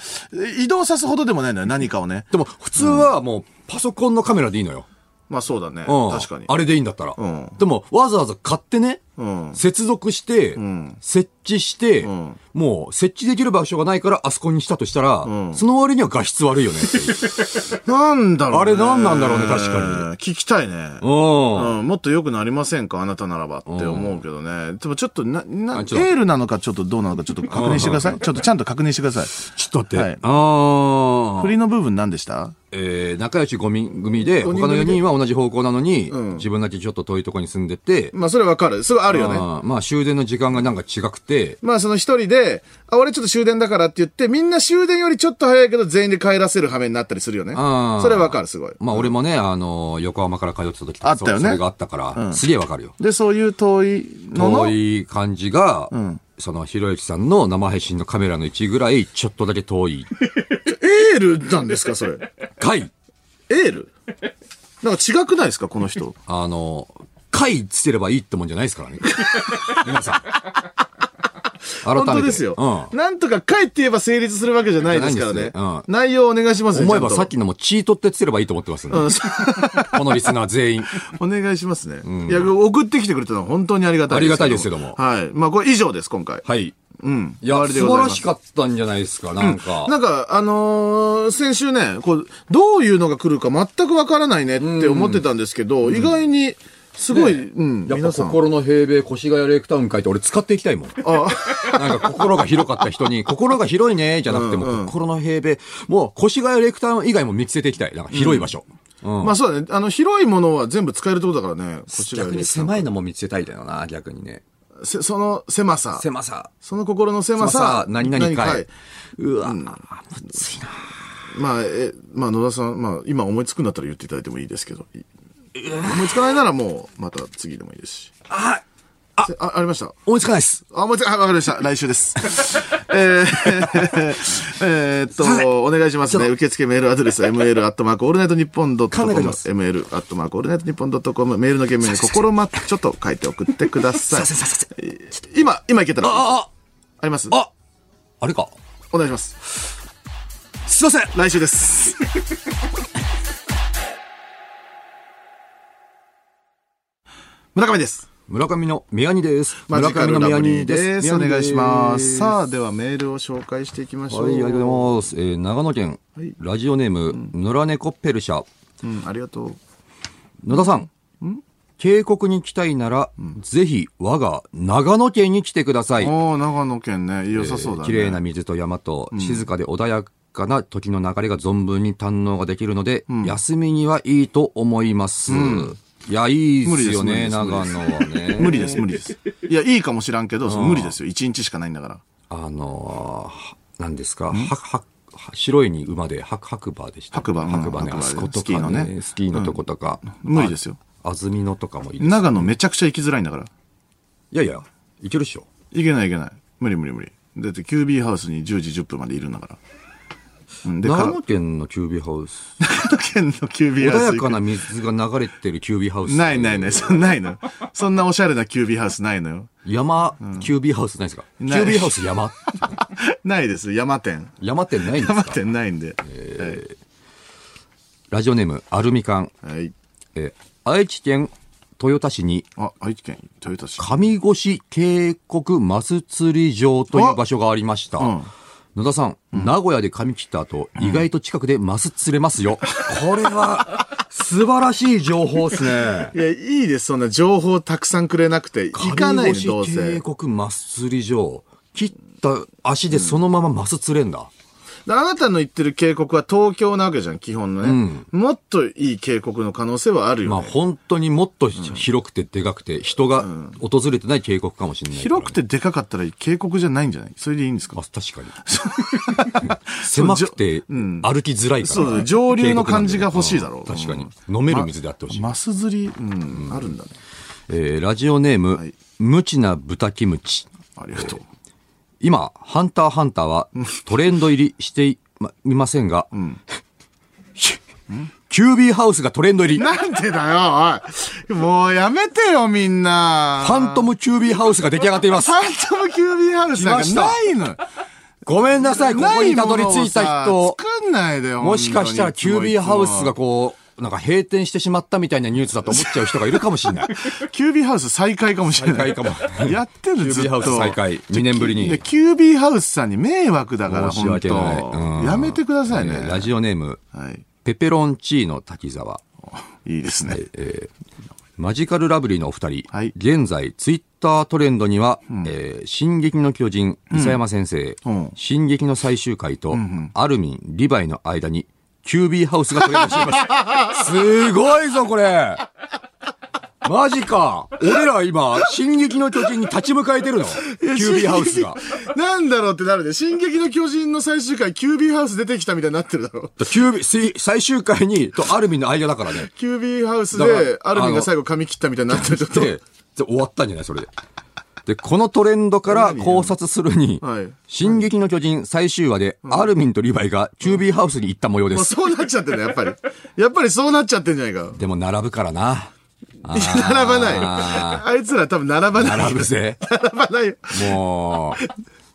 移動さすほどでもないのよ、何かをね。
でも、普通はもう、パソコンのカメラでいいのよ。
まあそうだね。
うん
確かに。
あれでいいんだったら。
うん
でも、わざわざ買ってね、
うん
接続して、
ん
設置して、
ん
もう設置できる場所がないからあそこにしたとしたら、
ん
その割には画質悪い よねっていう。
なんだろうね。
あれ何なんだろうね確か
に。聞きたいね。
うん。
うん、もっと良くなりませんかあなたならばって思うけどね。でもちょっとな、な、エ
あちょっと
ールなのかちょっとどうなのかちょっと確認してください。ちょっとちゃんと確認してください。
ちょっと待って。
はい
あ
振
あ。
りの部分何でした
えー、仲良し5人組で、
五人組で
他の4人は同じ方向なのに、
ん
自分だけちょっと遠いとこに住んでて、
まあそれわかる。すごいあるよね。
あーまあ終電の時間がなんか違くて、
まあその一人で、あ、俺ちょっと終電だからって言って、みんな終電よりちょっと早いけど全員で帰らせる羽目になったりするよね。
あー
それわかる、すごい。
まあ俺もね、あの、横浜から通ってた時とか
あったよね
そそれがあったから、すげえわかるよ。
で、そういう遠いの の、
遠い感じが、その、ひろゆきさんの生配信のカメラの位置ぐらい、ちょっとだけ 遠い。
エールなんですか、それ。
回
エールなんか違くないですか、この人。
あの、回つければいいってもんじゃないですか らね。皆さん。改めて。
本当ですよ。
う
なんとか書いて言えば成立するわけじゃないですから
じ
ね
ゃ。ないんですねうん
内容お願いしますね。
ん。思えば
ちゃん
さ
と
っきのもチートってつければいいと思ってますんで、
うん
このリスナー全員。
お願いしますね。いや、送ってきてくれたのは本当にありがたいです。
ありがたいですけども
はい。まあ、これ以上です、今回。
はい。
うん。
いや、
終わりで
素
ござ
晴
い
ら
ます
しかったんじゃないですか、なんか。
なんか、あのー先週ね、こう、どういうのが来るか全くわからないねって思ってたんですけど、意外に、すごい、うん、
やっぱ
皆さん。
心の平米、越谷レイクタウン書いて俺使っていきたいもん。なんか心が広かった人に、心が広いね、じゃなくても、心の平米、もう越谷レイクタウン以外も見つけていきたい。なんか広い場所。うん
まあそうだね。あの、広いものは全部使えるってことだからね。腰が
逆に狭いのも見つけたいだよな、逆にね。
せその狭さ。
狭さ。
その心の狭
狭
さ
さ、。何々
何か
か
い
い。うわ、むついな。
まあ、え、まあ野田さん、まあ今思いつくんだったら言っていただいてもいいですけど。い思いつかないならもう、また次でもいいですし。
あ、
あ、あありました。
思いつかないです。
あ、思いつか、はいわかりました。来週です。 えー、 えーっ
すいません
と、お願いしますね。受付メールアドレスは ml アットマークオールナイトニッポンドットコ
考
ム。
えておきます
ml アットマークオールナイトニッポンドットコム。メールの件名に心マッチョと書いて送ってください。
すいませんすいません
えー今、今いけたら。あ
あ、
ります
あ、あ、あれか。
お願いします。
すいません。
来週です。 村上です。
村上の宮城です。
マジ
村
カ
上
ル
の
ラ
宮
ブリー
城
で。
ですす。
お願いします。さ
あ、
あ、ではメールを紹介していきましょう。
はい、ありがとうございます。えー長野県、ラジオネーム、野良猫ペルシャ。
うん、ありがとう。
野田さん。渓谷に来たいなら、ぜひ我が長野県に来てください。
おー、長野県ね、良さそうだね。
綺麗な水と山と、静かで穏やかな時の流れが存分に堪能ができるので、休みにはいいと思います。いや、いいっすよ
無理
ね、
です
長野
無
は
理です
ね。
無理です、無理です。いや、いいかもしらんけど、その無理ですよ。一日しかないんだから。
あのー、何ですか、は、は、は白いに馬で、は、白馬でした。
白馬うん
白馬ね、
白馬
あ
ね
そこと
スキー
か
のね
ね、スキーのとことか。
無理ですよ
あ。安曇野とかもいいです。
長野めちゃくちゃ行きづらいんだから。
いやいや、いけるっしょ。
いけないいけない。無理無理無理。だって、キュービーハウスに10時10分までいるんだから。うん、で、
長
長
野
野
県のキュービーハウス。
県のキュービー
穏
ハウス行く。
やかな水が流れてるキュービーハウス。
ないないない、そんないのよ。そんなおしゃれなキュービーハウスないのよ。
山、キュービーハウスないですかキュ
ない
ービーハウス山。
ないです、山店。
山ってないんです
山
か
店ないんで。
ラジオネーム、アルミカン。
はい。はい
えー愛知県豊田市に、
あ、愛知県豊田市。
上越渓谷マス釣り場という場所がありました。
うん
野田さん、名古屋で髪切った後、意外と近くでマス釣れますよ。これは、素晴らしい情報です ね。
いや、いいです、そんな情報たくさんくれなくて。行かないの、ど
上
う
越
せ。
渓谷マス釣り場。切った足でそのままマス釣れんだ。
であなたの言ってる渓谷は東京なわけじゃん、基本のね。もっといい渓谷の可能性はあるよ、ね
まあ本当にもっと広くてでかくて、人が訪れてない渓谷かもしれないからね、
広くてでかかったら渓谷じゃないんじゃないそれでいいんですか
あ、確かに。 狭くて、歩きづらいから、
そうだね上流の感じが欲しいだろう
うん確かに。
うん
飲める水であってほしい。
マス釣り、うん、あるんだね。
えーラジオネーム、
い
無知な豚キムチ。
ありがとう。
今、ハンターハンターはトレンド入りしてい、ま、いませんが、キュービーハウスがトレンド入り。
なんでだよ、おい。もうやめてよ、みんな。
ファントムキュービーハウスが出来上がっています。
ファントムキュービーハウスなんかないのよ。
ごめんなさい、ここにたどり着いた
ないものをさ。
人
作んないでよ、
もしかしたらキュービーハウスがこう、なんか閉店してしまったみたいなニュースだと思っちゃう人がいるかもしれない。
キュービーハウス再開かもしれない。
再開かも
やってる、
キュービー
ずっと。
ハウス再開二年ぶりに
でキュービーハウスさんに迷惑だから、
申し
本
訳
当
ない。うん
やめてくださいね。
えーラジオネーム、
はい。
ペペロンチーノ滝沢。
いいですね。
マジカルラブリーのお二人、
はい
現在、ツイッタートレンドには、えー進撃の巨人、伊佐山先生、
うん
進撃の最終回と、アルミン、リヴァイの間に、キュービーハウスがトレンドして います。すごいぞ、これマジか俺ら今、進撃の巨人に立ち向かえてるのキュービーハウスが。
なんだろうってなるで、進撃の巨人の最終回、キュービーハウス出てきたみたいになってるだろ。
キュービー最、最終回に、とアルミンの間だから ね。
キュービーハウス
だ
で、
から
アルミン
あの
が最後髪切ったみたいになってるちょっと。
で、じゃ終わったんじゃないそれで。で、このトレンドから考察するに
はい、
進撃の巨人最終話で、アルミンとリヴァイがキュービーハウスに行った模様で
もう
す。
そうなっちゃってるね、やっぱり。やっぱりそうなっちゃってんじゃないか。
でも並ぶからな。
いや並ばない。あいつら多分並ばない。
並 ぶぜ。
並ばないよ。
も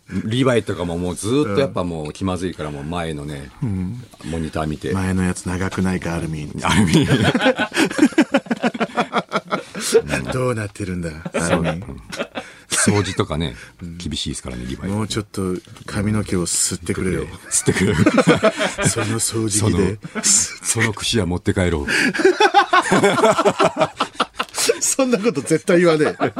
う、リヴァイとかももうずーっとやっぱもう気まずいからもう前のね、モニター見て。
前のやつ長くないか、アルミン。
アルミン。
どうなってるんだ、アルミン。
掃除とかね、厳しいですからね、リヴァイ。
もうちょっと髪の毛を吸ってくれよ。
つって くる。
その掃除機で。
その櫛は持って帰ろう。
そんなこと絶対言わね え。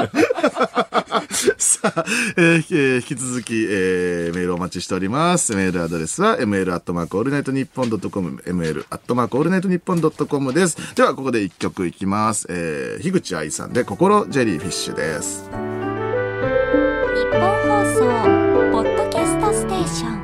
さあ、えーえー引き続き、えーメールお待ちしております。メールアドレスは、ml アットマークオールナイトニッポンドットコム、ml アットマークオールナイトニッポンドットコムです。では、ここで一曲いきます。えー、樋口愛さんで、心ジェリーフィッシュです。
日本放送ポッドキャストステーション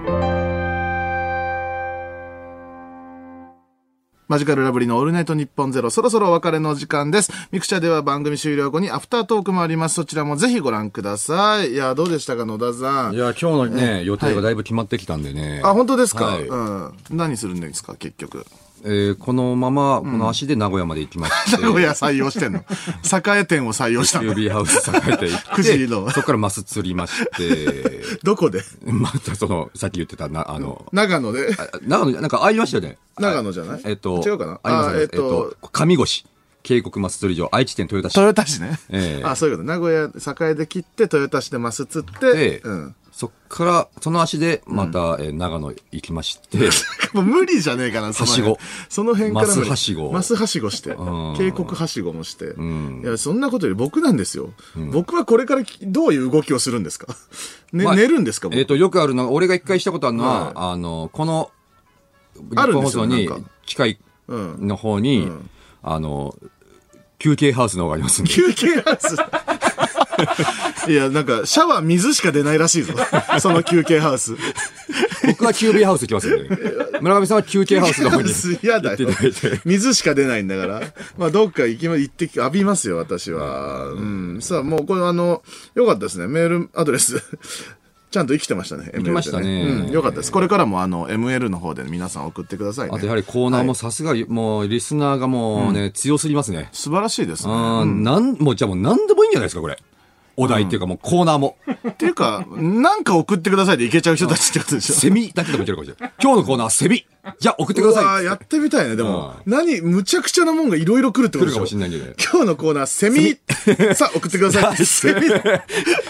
マジカルラブリーのオールナイトニッポンゼロ、そろそろお別れの時間です。ミクチャでは番組終了後にアフタートークもあります。そちらもぜひご覧ください。いや、どうでしたか、野田さん。
いや、今日のね、予定がだいぶ決まってきたんでね。
あ、本当ですか、
はい
うん。何するんですか、結局。
えーこのまま、この足で名古屋まで行きまし て、
名古屋採用してんの。栄店を採用した
キュー
の。
ビーハウス栄えて 行っ
9時の
て、そこからマス釣りまして、
どこで
またその、さっき言ってたな、あの、
長野で
あ長野、なんかありましたよね。
長野じゃない
えっと、
違うかな
あります
あ
ね。
え
え
っ
っ
と
と、上越、渓谷マス釣り場、愛知県豊田市。
豊田市ね。
ええ
あ、そういうこと。名古屋、栄で切って、豊田市でマス釣って、
で、
うん。
そっから、その足で、また、えー長野行き まして、
もう無理じゃねえかな、その辺
はしご。
その辺から無理。
マスはしご
マスはしごして。
ん
渓谷はしごもして。いや、そんなことより僕なんですよ。僕はこれからきどういう動きをするんですかね、
まあ
寝るんですか僕
えっ、と、よくあるのが、俺が一回したことあるのは、
はい
あの、この、日
あるん
本
で
放
すよ
送に
なんか
近い
うん
の方に、あの、休憩ハウスの方がありますんで。
休憩ハウス。いや、なんか、シャワー水しか出ないら しいぞ。その休憩ハウス。
僕は休憩ハウス行きますよね。 村上さんは休憩ハウスの方に。
嫌だよ
行っていただいて。
水しか出ないんだから。まあ、どっか行きま、行って、浴びますよ、私は。うん。さあ、もう、これ、あの、よかったですね。メールアドレス。ちゃんと生きてましたね。生
きましたね
うん。よかったです。これからも、あの、ML の方で皆さん送ってくださいね。
あとやはりコーナーもさすがに、もうリスナーがもうね、強すぎますね。
素晴らしいですね。
あーなん、もうじゃあもう何でもいいんじゃないですか、これ。お題っていうかもうコーナーも。
っていうか、なんか送ってくださいでいけちゃう人たちってことで しょ。
セミだけでもいけるかもしれない。今日のコーナーはセミじゃあ送ってくだ
うわ
さ
ー
い
やってみたいね。でも、
う
何、むちゃくちゃなもんがいろいろ来るってこ
来
とでしょ
るかもしれないんじゃない
今日のコーナー、セミ。さあ、送ってく ださい。セミ。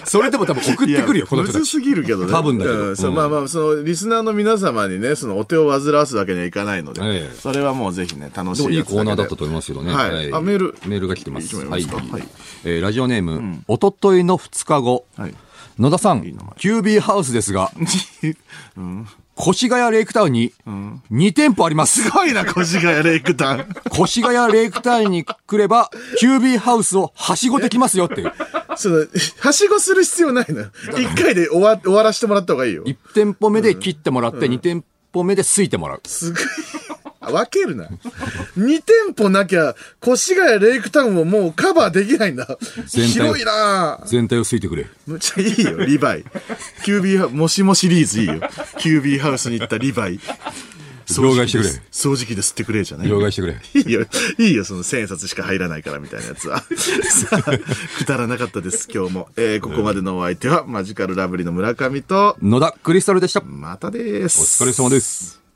それでも多分送ってくるよ、この
む
人た
ず
ち。
すぎるけどね。
多分だけど
うんそう
うん
まあまあ、その、リスナーの皆様にね、その、お手を煩わすわけにはいかないので、
ええ
それはもうぜひね、楽し
でも
い
いい
やつ
コーナーだったと思いますけどね。
はいあメー ル
メールが来てます。
いつも読みますか
は
はいい
えーラジオネーム、おとといの2日後。
はい
野田さん
い名前、
キュービーハウスですが、越谷レイクタウンに2店舗あります。
すごいな、腰がやレイクタン。
越谷レイクタウンに来れば、キュービーハウスをはしごできますよっていう。
その、はしごする必要ないのよ。一回で終わ終わらせてもらった方がいいよ。
1店舗目で切ってもらって、2店舗目ですいてもらう。
すごい。あ分けるな。2店舗なきゃ、越谷レイクタウンをもうカバーできないんだ。
全体
広いな
全体をすいてくれ。
むちゃいいよ、リヴァイ。キュービーハウス、もしもシリーズいいよ。キュービーハウスに行ったリヴァイ。
両替してくれ
掃除機で吸ってくれじゃない
両替してくれ。
いいよ、いいよ、その1000円札しか入らないからみたいなやつは。さあ、くだらなかったです、今日も。えー、ここまでのお相手は、マジカルラブリーの村上と、
野田クリスタルでした。お
またです。
疲れ様です。